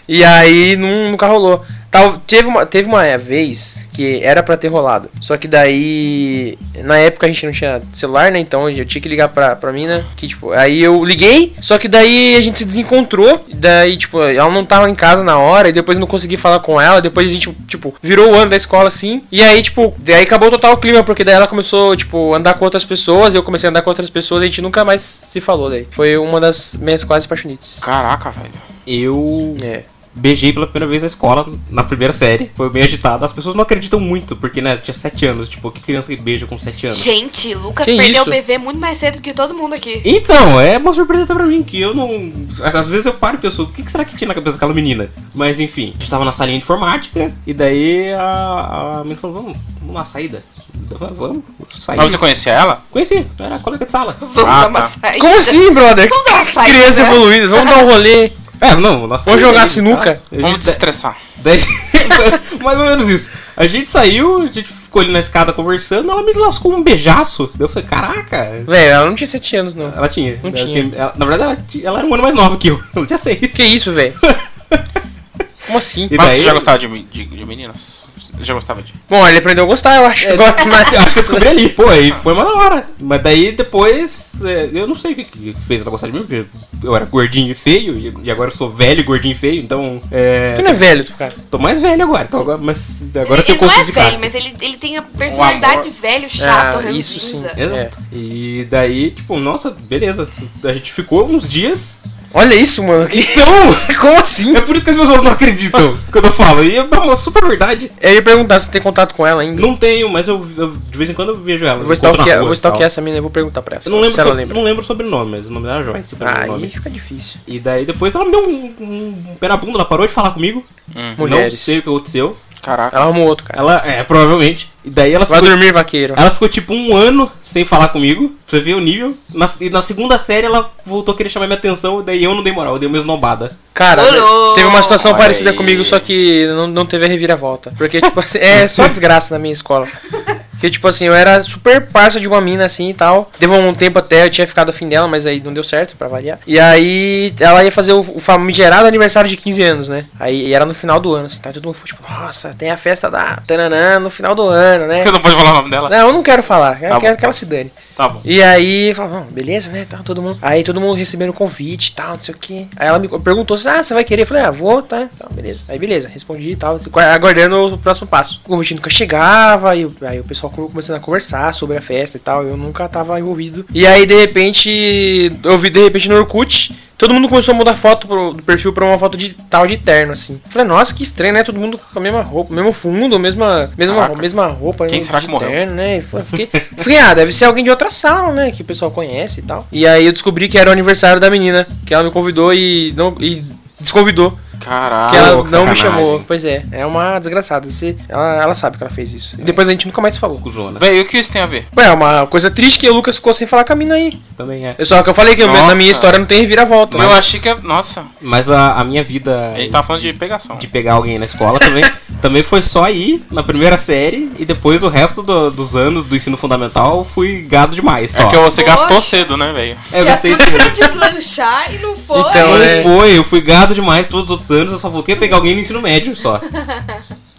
S2: e aí nun- nunca rolou. Tal, teve, uma, teve uma vez que era pra ter rolado. Só que daí. Na época a gente não tinha celular, né? Então eu tinha que ligar pra, pra mina. Que, tipo, aí eu liguei. Só que daí a gente se desencontrou. Daí, tipo, ela não tava em casa na hora. E depois eu não consegui falar com ela. Depois a gente, tipo, virou o ano da escola assim. E aí, tipo, daí acabou total o clima. Porque daí ela começou, tipo, a andar com outras pessoas. Eu comecei a andar com outras pessoas. E a gente nunca mais se falou daí. Foi uma das minhas quase paixonites.
S4: Caraca, velho.
S6: Eu
S2: É.
S6: beijei pela primeira vez na escola, na primeira série. Foi bem agitado. As pessoas não acreditam muito, porque, né, tinha 7 anos. Tipo, que criança que beija com 7 anos?
S1: Gente, Lucas
S2: Que
S1: perdeu
S2: isso?
S1: o BV muito mais cedo que todo mundo aqui.
S6: Então, é uma surpresa até pra mim, que eu não. Às vezes eu paro e penso, o que que será que tinha na cabeça daquela menina? Mas enfim, a gente tava na salinha de informática, e daí a, a menina falou, vamos, vamos na saída. Eu falei, Vamos, sair.
S4: Mas você conhecia ela?
S6: Conheci, era colega de sala.
S1: Vamos
S4: Ah,
S1: dar uma
S4: tá.
S1: saída.
S2: Como assim, brother?
S1: Vamos dar uma saída. né?
S2: Crianças evoluídas, vamos dar um rolê.
S6: É, não, nós
S2: Vamos jogar
S6: tá?
S2: sinuca?
S4: Vamos desestressar.
S6: Daí, mais ou menos isso. A gente saiu, a gente ficou ali na escada conversando, ela me lascou um beijaço. Daí Eu falei, caraca.
S2: Velho, ela não tinha 7 anos, não.
S6: Ela tinha.
S2: Não
S6: ela
S2: tinha.
S6: ela- na verdade, ela, tinha- ela era um ano mais nova que eu. Ela tinha seis.
S2: Que isso, velho? Como assim?
S6: E
S4: Mas
S6: daí-
S4: você já gostava de, de, de meninas? já gostava de.
S2: Bom, ele aprendeu a gostar, eu
S1: É.
S2: acho. agora, mas-
S6: Acho que eu descobri ali. Pô, aí foi uma da hora. Mas daí depois, é, eu não sei o que, que fez ela gostar de mim, porque eu era gordinho e feio, e, e agora eu sou velho e gordinho e feio, então. É,
S2: Tu não é velho, tu, cara.
S6: tô mais velho agora, então agora, mas agora
S1: ele
S6: eu tenho
S1: não é
S6: consciência de
S1: velho,
S6: classe.
S1: mas ele, ele tem a personalidade de velho, chato,
S2: Ah,
S1: ranzinza.
S2: isso sim.
S6: Exato. E daí, tipo, nossa, beleza. A gente ficou uns dias.
S2: Olha isso, mano. Que...
S6: Então,
S2: Como assim?
S6: é por isso que as pessoas não acreditam quando eu falo. E é uma super verdade.
S2: Eu ia perguntar se tem contato com ela ainda.
S6: Não tenho, mas eu, eu- de vez em quando eu vejo ela.
S2: Eu vou
S6: encontro na
S2: stalkear, eu
S6: rua
S2: vou
S6: e tal.
S2: stalkear essa mina, eu vou perguntar pra ela.
S6: Eu não lembro,
S2: se ela
S6: sobre-
S2: lembra.
S6: não lembro sobre o nome, mas o nome dela é Joyce. o primeiro
S2: Aí
S6: nome.
S2: fica difícil.
S6: E daí depois ela me deu um, um, um pé na bunda, ela parou de falar comigo. Não
S2: Mulheres.
S6: sei o que aconteceu.
S4: Caraca.
S2: Ela arrumou outro, cara.
S6: Ela, é, provavelmente. E daí ela
S2: Vai
S6: ficou,
S2: dormir, vaqueiro.
S6: ela ficou tipo um ano sem falar comigo, pra você ver o nível. Na, e na segunda série ela voltou a querer chamar minha atenção, e daí eu não dei moral, eu dei uma esnobada.
S2: Cara,
S1: Olô!
S2: teve uma situação
S4: Olha
S2: parecida
S4: aí.
S2: comigo, só que não, não teve a reviravolta. Porque, tipo assim, é só desgraça na minha escola. Porque, tipo assim, eu era super parça de uma mina, assim, e tal. Teve um tempo até, eu tinha ficado afim dela, mas aí não deu certo, pra variar. E aí, ela ia fazer o, o famigerado aniversário de 15 anos, né? Aí, e era no final do ano, assim, tá? Todo mundo ficou, tipo, nossa, tem a festa da tananã no final do ano, né?
S4: Você não pode falar o nome dela?
S2: Não, eu não quero falar, eu
S4: Tá bom,
S2: quero que
S4: tá.
S2: ela se dane.
S4: Tá bom.
S2: E aí, falava, "Não, beleza, né? Tá, todo mundo. Aí todo mundo recebendo convite e tal, não sei o que. Aí ela me perguntou, ah, você vai querer? Eu falei, ah, vou, tá, tá, beleza. Aí beleza, respondi e tal, gu- aguardando o próximo passo. O convite nunca chegava, aí, o- aí o pessoal co- começando a conversar sobre a festa e tal, eu nunca tava envolvido. E aí, de repente, eu vi de repente no Orkut. Todo mundo começou a mudar foto pro- do perfil pra uma foto de tal de terno, assim. Eu Falei, nossa, que estranho, né? Todo mundo com a mesma roupa, mesmo fundo, mesma, mesma,
S4: Caraca.
S2: mesma roupa.
S4: Quem
S2: mesmo
S4: será
S2: de
S4: que morreu?
S2: terno, um né? E foi- Fiquei, fiquei, ah, deve ser alguém de outra sala, né? Que o pessoal conhece e tal. E aí eu descobri que era o aniversário da menina, que ela me convidou e não. E desconvidou.
S4: Caraca.
S2: que ela
S6: que
S2: não me
S6: sacanagem.
S2: chamou. Pois é, é uma desgraçada. Você, ela, ela sabe que ela fez isso. E depois a gente nunca mais falou.
S6: Cuzona.
S4: Véi, e o que isso tem a ver?
S2: Ué, é uma coisa triste que o Lucas ficou sem falar com a mina aí.
S6: Também é.
S2: É Só que eu falei que
S4: Nossa.
S2: na minha história não tem reviravolta.
S4: Eu achei que. é- Nossa,
S6: Mas a, a minha vida.
S4: a gente tá tava falando de pegação.
S6: de pegar alguém na escola também. também foi só aí, na primeira série, e depois o resto do- dos anos do ensino fundamental eu fui gado demais. Só.
S4: É que você gastou
S1: Poxa.
S4: cedo, né, velho?
S6: É, eu
S1: Tinha
S6: gastei
S1: tudo pra
S6: cedo.
S1: deslanchar e não foi.
S2: Então,
S6: Não né?
S2: é.
S6: foi, eu fui gado demais todos os outros anos, eu só voltei a pegar alguém no ensino médio só.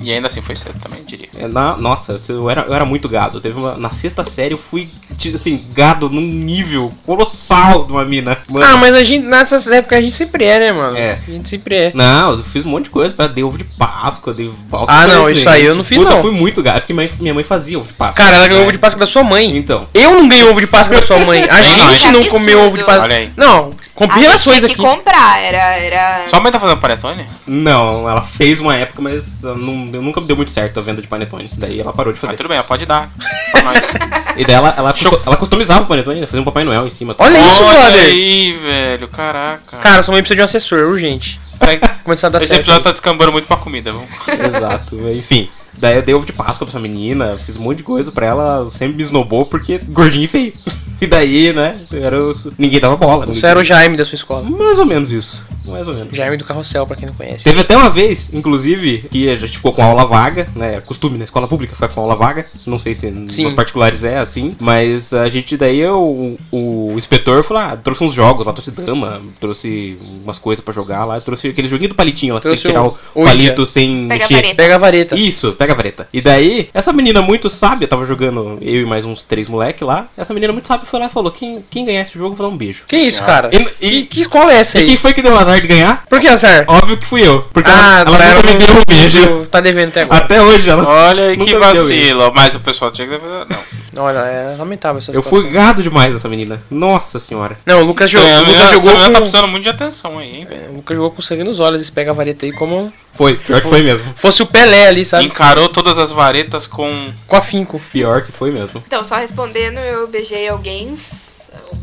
S4: E ainda assim foi cedo também, diria.
S6: É, na- nossa, eu era, eu era muito gado. Teve uma, na sexta série eu fui, ti- assim, gado num nível colossal de uma mina. Mano,
S2: Ah, mas a gente, nessas épocas a gente sempre é, né, mano?
S6: É.
S2: A gente sempre é.
S6: Não, eu fiz um monte de coisa, pra dei ovo de Páscoa, dei balde
S2: Ah, não, isso aí eu não fiz,
S6: Puta,
S2: não.
S6: eu fui muito gado, porque minha, minha mãe fazia ovo de Páscoa.
S2: Cara, ela ganhou
S4: é.
S2: ovo
S6: de
S2: de Páscoa da sua mãe.
S6: Então.
S2: Eu não ganhei ovo de Páscoa da sua mãe. A
S4: não,
S2: gente
S1: é
S2: não
S1: absurdo.
S2: comeu ovo de Páscoa.
S4: Olha aí.
S2: Não,
S1: a gente
S2: compilações
S1: tinha que
S2: aqui.
S1: comprar, era... era...
S4: Sua mãe tá fazendo panetone?
S6: Não, ela fez uma época, mas ela não, deu- nunca deu muito certo a venda de panetone. Daí ela parou de
S4: Mas
S6: fazer.
S4: tudo bem, ela pode dar. Pra nós.
S2: Ah,
S6: E daí ela, ela,
S4: Cho-
S6: custo- ela customizava o panetone, ela fazia um Papai Noel em cima.
S2: Olha isso,
S4: Olha
S2: brother.
S4: aí, velho. Caraca.
S2: Cara, sua mãe precisa de um assessor, urgente.
S4: Tá-
S2: Começar a dar
S4: Esse
S2: certo.
S4: episódio tá descambando muito pra comida, viu?
S6: Exato, enfim. Daí eu dei ovo de Páscoa pra essa menina, fiz um monte de coisa pra ela, ela sempre me esnobou porque gordinho e feio. E daí, né, eu era, o- ninguém dava bola. ninguém-
S2: Você era o Jaime da sua escola.
S6: Mais ou menos isso, mais ou menos.
S2: Jaime do Carrossel, pra quem não conhece.
S6: Teve até uma vez, inclusive, que a gente ficou com aula vaga, né? É Costume na escola pública ficar com aula vaga. Não sei se
S2: Sim.
S6: nos particulares é assim, mas a gente daí o, o inspetor falou: ah, trouxe uns jogos lá, trouxe dama, trouxe umas coisas pra jogar lá, trouxe aquele joguinho do palitinho lá, que tem que
S2: Trouxe
S6: tirar
S2: o-
S6: o,
S2: o
S6: palito sem
S1: Pega a
S6: mexer.
S1: vareta.
S2: Pega a vareta.
S6: Isso, pega a vareta. E daí, essa menina muito sábia, tava jogando eu e mais uns três moleque lá. Essa menina muito sábia foi lá e falou: quem, quem ganhar esse jogo, eu vou dar um beijo.
S2: Que isso, cara?
S6: E- e-
S2: Que, que escola é essa
S6: E quem
S2: aí?
S6: foi que deu o azar de ganhar?
S2: Por que azar?
S6: Óbvio que fui eu. Porque ela, ela
S2: tá,
S6: nunca me
S2: não-
S6: deu um beijo.
S2: Tá devendo até agora.
S6: Até hoje ela.
S4: Olha aí
S6: Nunca
S4: que
S6: me deu
S4: vacilo. Mas o pessoal tinha que. Não.
S2: Olha, é lamentável essa
S6: Ah. Eu
S2: situação.
S6: fui gado demais essa menina. Nossa senhora.
S2: Não, o Lucas jogou,
S4: Essa
S2: o
S4: menina-
S2: Lucas
S6: né?
S4: essa
S2: jogou
S4: menina tá
S2: com... é,
S4: precisando muito de atenção aí, hein, velho?
S2: O Lucas jogou com sangue nos olhos, esse pega a vareta aí como
S6: Foi, pior que foi mesmo.
S2: fosse o Pelé ali, sabe?
S4: Encarou todas as varetas com.
S2: Com afinco.
S6: Pior que foi mesmo.
S1: Então, só respondendo, eu beijei alguém...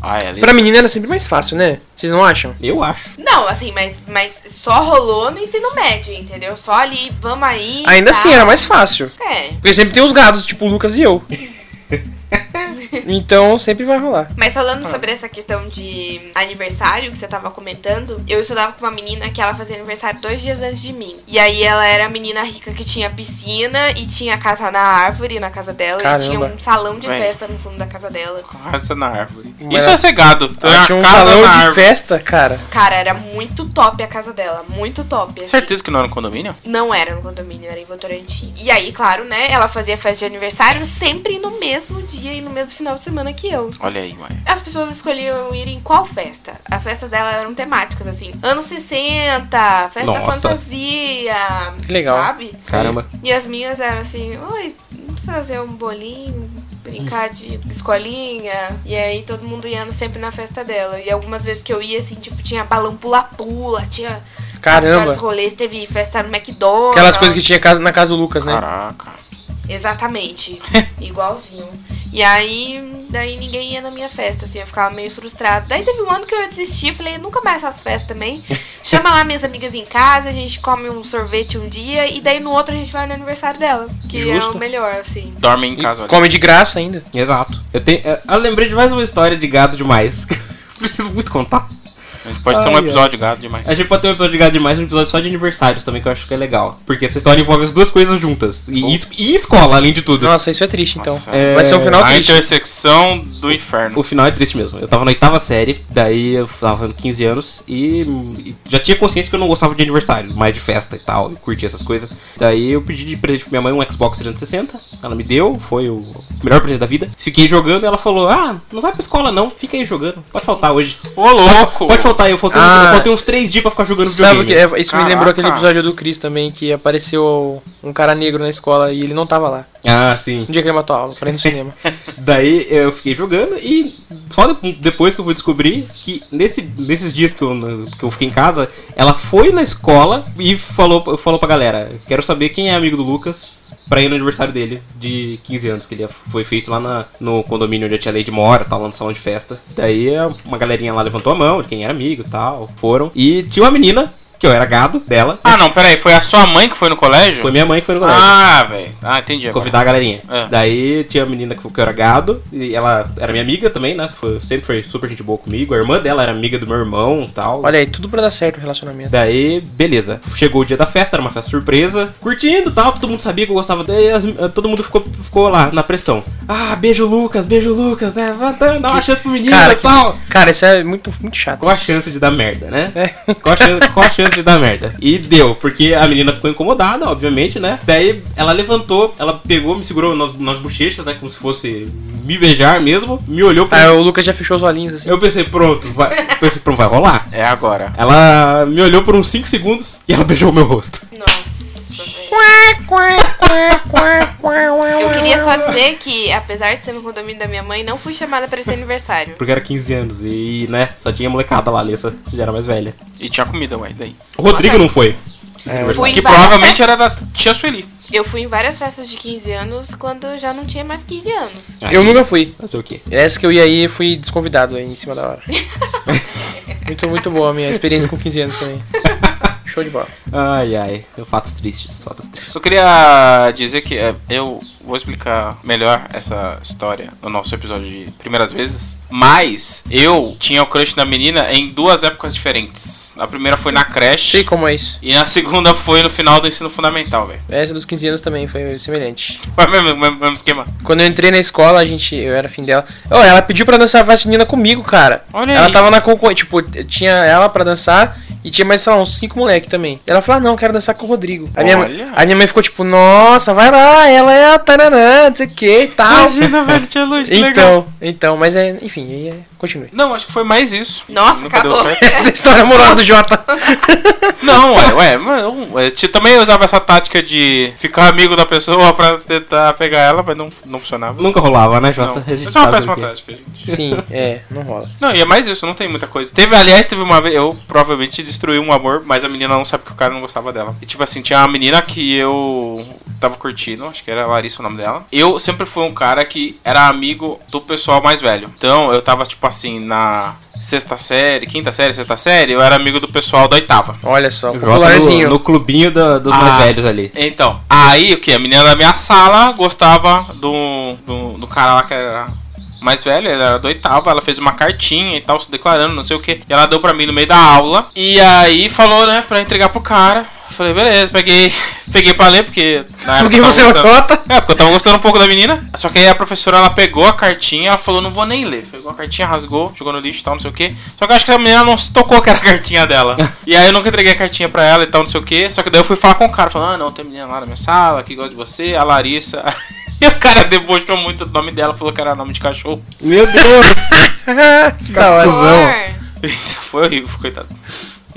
S4: Ai, Ah, é, ali.
S2: Pra menina era sempre mais fácil, né? Vocês não acham?
S6: Eu acho.
S1: Não, assim, mas, mas só rolou no ensino médio, entendeu? Só ali, vamos aí...
S2: Ainda
S1: tá.
S2: assim, era mais fácil.
S1: É,
S2: Porque sempre tem os gados, tipo o Lucas e eu. Então sempre vai rolar.
S1: Mas falando sobre essa questão de aniversário que você tava comentando, eu estudava com uma menina que ela fazia aniversário dois dias antes de mim. E aí ela era a menina rica que tinha piscina e tinha casa na árvore na casa dela e tinha
S2: Caramba.
S1: um salão de
S4: Véi.
S1: festa no fundo da casa dela.
S4: Casa na árvore.
S2: Mas
S4: Isso
S2: ela-
S4: é cegado. Tem
S2: Ela
S4: uma
S2: Um tinha um
S4: casa
S2: salão
S4: na
S2: de
S4: árvore.
S2: festa, cara.
S1: Cara, era muito top a casa dela, muito top. assim.
S4: Certeza que não era um condomínio?
S1: Não era no condomínio, era em Votorantim. E aí, claro, né, ela fazia festa de aniversário sempre no mesmo dia e no mesmo final de semana que eu.
S4: Olha aí, mãe.
S1: As pessoas escolhiam ir em qual festa? As festas dela eram temáticas, assim. Anos 60, festa
S6: Nossa.
S1: fantasia.
S2: Que legal.
S1: Sabe?
S6: Caramba.
S1: E as minhas eram assim, oi, vamos fazer um bolinho, brincar de escolinha. E aí todo mundo ia sempre na festa dela. E algumas vezes que eu ia, assim, tipo, tinha balão pula-pula, tinha vários
S2: Caramba.
S1: rolês, teve festa no McDonald's.
S2: Aquelas coisas que tinha casa- na casa do Lucas, né?
S4: Caraca.
S1: Exatamente. Igualzinho. E aí, daí ninguém ia na minha festa, assim, eu ficava meio frustrada. Daí teve um ano que eu desisti, falei, nunca mais faço festa também. Chama lá minhas amigas em casa, a gente come um sorvete um dia, e daí no outro a gente vai no aniversário dela. Que é
S2: Justo.
S1: o melhor, assim.
S4: Dorme em
S2: E
S4: casa. olha.
S2: come de graça ainda.
S6: Exato. Eu, tenho, eu- eu lembrei de mais uma história de gado demais. que eu Preciso muito contar.
S4: A gente pode ter um
S6: Ai, ai.
S4: episódio gado demais.
S6: A gente pode ter um episódio de gado demais, um episódio só de aniversários também, que eu acho que é legal. Porque essa história envolve as duas coisas juntas. E, es- e escola, além de tudo.
S2: Nossa, isso é triste, então.
S4: Nossa. Ah, então
S6: É,
S2: Vai ser o final
S4: a
S2: triste.
S4: intersecção do inferno.
S6: O final é triste mesmo. Eu tava na oitava série, daí eu tava fazendo 15 anos e, e já tinha consciência que eu não gostava de aniversário, mais de festa e tal, e curtia essas coisas. Daí eu pedi de presente pra minha mãe um Xbox 360, ela me deu, foi o melhor presente da vida. Fiquei jogando e ela falou: Ah, não vai pra escola não, fica aí jogando, pode faltar hoje.
S4: Ô, louco!
S6: Pode faltar, eu faltei,
S2: Ah.
S6: eu faltei uns 3 dias pra ficar jogando
S2: Sabe o que?
S6: videogame.
S2: é, isso me lembrou
S4: Caraca.
S2: aquele episódio do Chris também, que apareceu um cara negro na escola e ele não tava lá.
S6: Ah, sim.
S2: Um dia que ele matou a aula, pra ir no cinema.
S6: Daí eu fiquei jogando e só de- depois que eu fui descobrir que nesse, nesses dias que eu, que eu fiquei em casa, ela foi na escola e falou, falou pra galera: Quero saber quem é amigo do Lucas pra ir no aniversário dele de 15 anos, que ele foi feito lá na- no condomínio onde a tia Lady mora, tal, lá no salão de festa. Daí uma galerinha lá levantou a mão de quem era amigo e tal, foram. E tinha uma menina, que eu era gado dela,
S4: Ah, não, peraí. Foi a sua mãe que foi no colégio?
S6: foi minha mãe que foi no colégio.
S4: Ah, velho. Ah, entendi. agora.
S6: Convidar a galerinha.
S4: É.
S6: Daí tinha a menina que que eu era gado, e ela era minha amiga também, né? Foi- sempre foi super gente boa comigo. A irmã dela era amiga do meu irmão e tal.
S2: Olha aí, tudo pra dar certo o relacionamento.
S6: Daí, beleza. Chegou o dia da festa, era uma festa surpresa. Curtindo e tal, todo mundo sabia que eu gostava dele. as- todo mundo ficou, ficou lá, na pressão. Ah, beijo Lucas, beijo Lucas, né? Vai, Dá dá uma chance pro menino
S2: Cara,
S6: e tal.
S2: que- cara, isso é muito, muito chato.
S6: Qual a chance de dar merda, né?
S2: É.
S6: Qual, a chance, qual a chance de dar merda? E deu, porque a menina ficou incomodada, obviamente, né? Daí ela levantou, ela pegou, me segurou nas, nas bochechas, né? Como se fosse me beijar mesmo, me olhou pra.
S2: Aí o Lucas já fechou os olhinhos assim.
S6: Eu pensei, pronto, vai, pensei, pronto, vai rolar.
S4: É agora.
S6: Ela me olhou por uns 5 segundos e ela beijou o meu rosto.
S1: Nossa, velho. Eu queria só dizer que, apesar de ser no condomínio da minha mãe, não fui chamada pra esse aniversário.
S6: Porque era 15 anos e, né, só tinha molecada lá, a Alessa já era mais velha.
S4: E tinha comida, ué. Daí.
S6: O Rodrigo não foi.
S2: É,
S1: Fui em
S4: Que
S1: várias
S4: provavelmente era da tia Sueli.
S1: festas- Eu fui em várias festas de 15 anos quando eu já não tinha mais 15 anos.
S2: Eu nunca fui.
S6: Fazer o quê?
S2: Essa que eu ia aí, fui desconvidado aí em cima da hora. muito, muito boa a minha experiência com 15 anos também. Show de bola.
S6: Ai, ai. Fatos tristes, fatos tristes.
S4: Só queria dizer que é, eu vou explicar melhor essa história no nosso episódio de primeiras vezes. Mas eu tinha o crush na menina em duas épocas diferentes. A primeira foi na
S2: Sei
S4: creche.
S2: como é isso.
S4: E a segunda foi no final do ensino fundamental, velho.
S2: Essa dos 15 anos também foi semelhante.
S4: Mas mesmo, mesmo, mesmo esquema.
S2: Quando eu entrei na escola, a gente. Eu era fim dela. Ô, ela pediu pra dançar vacinina comigo, cara.
S4: Olha
S2: ela
S4: aí.
S2: tava na concorrência. Tipo, tinha ela pra dançar e tinha mais, sei lá, uns cinco moleque também. Ela falou, ah, não, eu quero dançar com o Rodrigo. A minha, mãe-
S4: Olha.
S2: a minha mãe ficou tipo, nossa, vai lá, ela é a taranã, não sei o que e
S6: Ah,
S2: tal.
S4: velho, tia Luz,
S2: então, então, mas é, enfim, aí é, continue.
S4: Não, acho que foi mais isso.
S1: Nossa,
S4: Nunca deu
S1: acabou.
S4: certo.
S2: Essa história moral do Jota.
S4: Não, ué, ué, mas eu- eu te- também usava essa tática de ficar amigo da pessoa pra tentar pegar ela, mas não, não funcionava.
S6: Nunca rolava, né,
S4: Não.
S6: Jota? A gente
S4: Isso é uma
S6: sabe o
S4: péssima
S6: quê.
S4: tática, gente.
S2: Sim, é, não rola.
S4: Não, e é mais isso, não tem muita coisa. Teve, aliás, teve uma vez, eu provavelmente destruí um amor, mas a menina não sabe que o cara não gostava dela. E tipo assim, tinha uma menina que eu tava curtindo, acho que era Larissa o nome dela. Eu sempre fui um cara que era amigo do pessoal mais velho. Então, eu tava tipo assim, na sexta série, quinta série, sexta série, eu era amigo do pessoal da oitava.
S2: Olha só,
S6: O Jota
S2: popularzinho.
S6: no, no clubinho da- dos
S4: Ah.
S6: mais velhos ali.
S4: Então, aí o que? A menina da minha sala gostava do, do, do cara lá que era mais velha, ela era do oitava, ela fez uma cartinha e tal, se declarando, não sei o que. E ela deu pra mim no meio da aula. E aí falou, né, pra entregar pro cara. Falei, beleza, peguei, peguei pra ler, porque na época.
S2: Porque
S4: eu tava
S2: você é uma
S4: gostando-
S2: cota.
S4: é, porque eu tava gostando um pouco da menina. Só que aí a professora, ela pegou a cartinha, ela falou, não vou nem ler. Pegou a cartinha, rasgou, jogou no lixo e tal, não sei o que. Só que eu acho que a menina não se tocou que era a cartinha dela. e aí eu nunca entreguei a cartinha pra ela e tal, não sei o que. Só que daí eu fui falar com o cara, falando, ah, não, tem menina lá na minha sala que gosta de você, a Larissa. E o cara debochou muito do nome dela, falou que era nome de cachorro.
S6: Meu Deus!
S2: Que da hora.
S1: Cor.
S4: Então, foi horrível, coitado.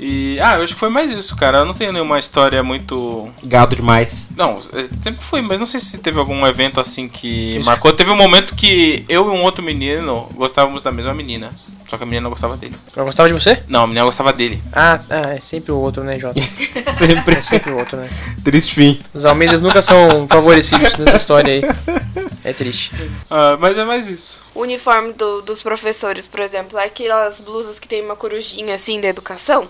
S4: E, ah, eu acho que foi mais isso, cara. Eu não tenho nenhuma história muito
S6: Gado demais.
S4: Não, eh, sempre fui, mas não sei se teve algum evento assim que marcou. Teve um momento que eu e um outro menino gostávamos da mesma menina. Só que a menina não gostava dele.
S2: Eu gostava de você?
S4: Não, a menina gostava dele.
S2: Ah, ah, é sempre o outro, né, Jota?
S6: Sempre.
S2: É sempre o outro, né?
S6: Triste fim.
S2: Os Almeidas nunca são favorecidos nessa história aí. É triste.
S4: Ah, mas é mais isso.
S1: O uniforme do- dos professores, por exemplo, é aquelas blusas que tem uma corujinha assim da educação.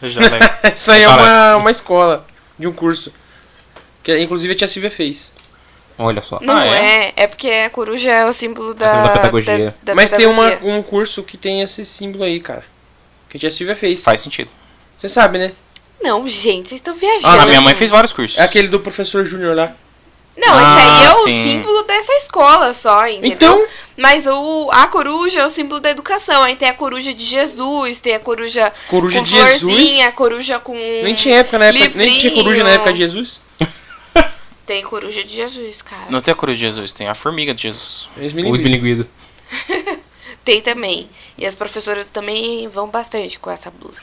S4: Já lembro.
S2: Isso aí é
S4: Cara.
S2: uma, uma escola de um curso. Que é, inclusive a tia Silvia fez.
S6: Olha só.
S1: Não
S4: Ah,
S1: é?
S4: é?
S1: é, porque a coruja é o símbolo da,
S6: símbolo da pedagogia.
S1: da- da
S2: Mas tem uma,
S1: pedagogia.
S2: um curso que tem esse símbolo aí, cara. Que a tia Silvia fez.
S4: Faz sentido.
S2: Você sabe, né?
S1: Não, gente, vocês estão viajando.
S4: Ah, a minha mãe fez vários cursos.
S2: É aquele do professor Júnior lá.
S1: Não, esse aí é
S4: Ah,
S1: o
S4: sim.
S1: símbolo dessa escola só, entendeu?
S2: Então,
S1: Mas o, a coruja é o símbolo da educação. Aí tem a coruja de Jesus, tem a coruja
S2: coruja
S1: com
S2: de Jesus.
S1: florzinha, a coruja com...
S2: Nem tinha época na época. Nem tinha
S1: livrinho.
S2: coruja na época de Jesus.
S1: Tem coruja de Jesus, cara.
S4: Não tem a cruz de Jesus, tem a formiga de Jesus.
S2: Eles me
S6: O
S2: lembram.
S6: esbilinguido.
S1: Tem também. E as professoras também vão bastante com essa blusa.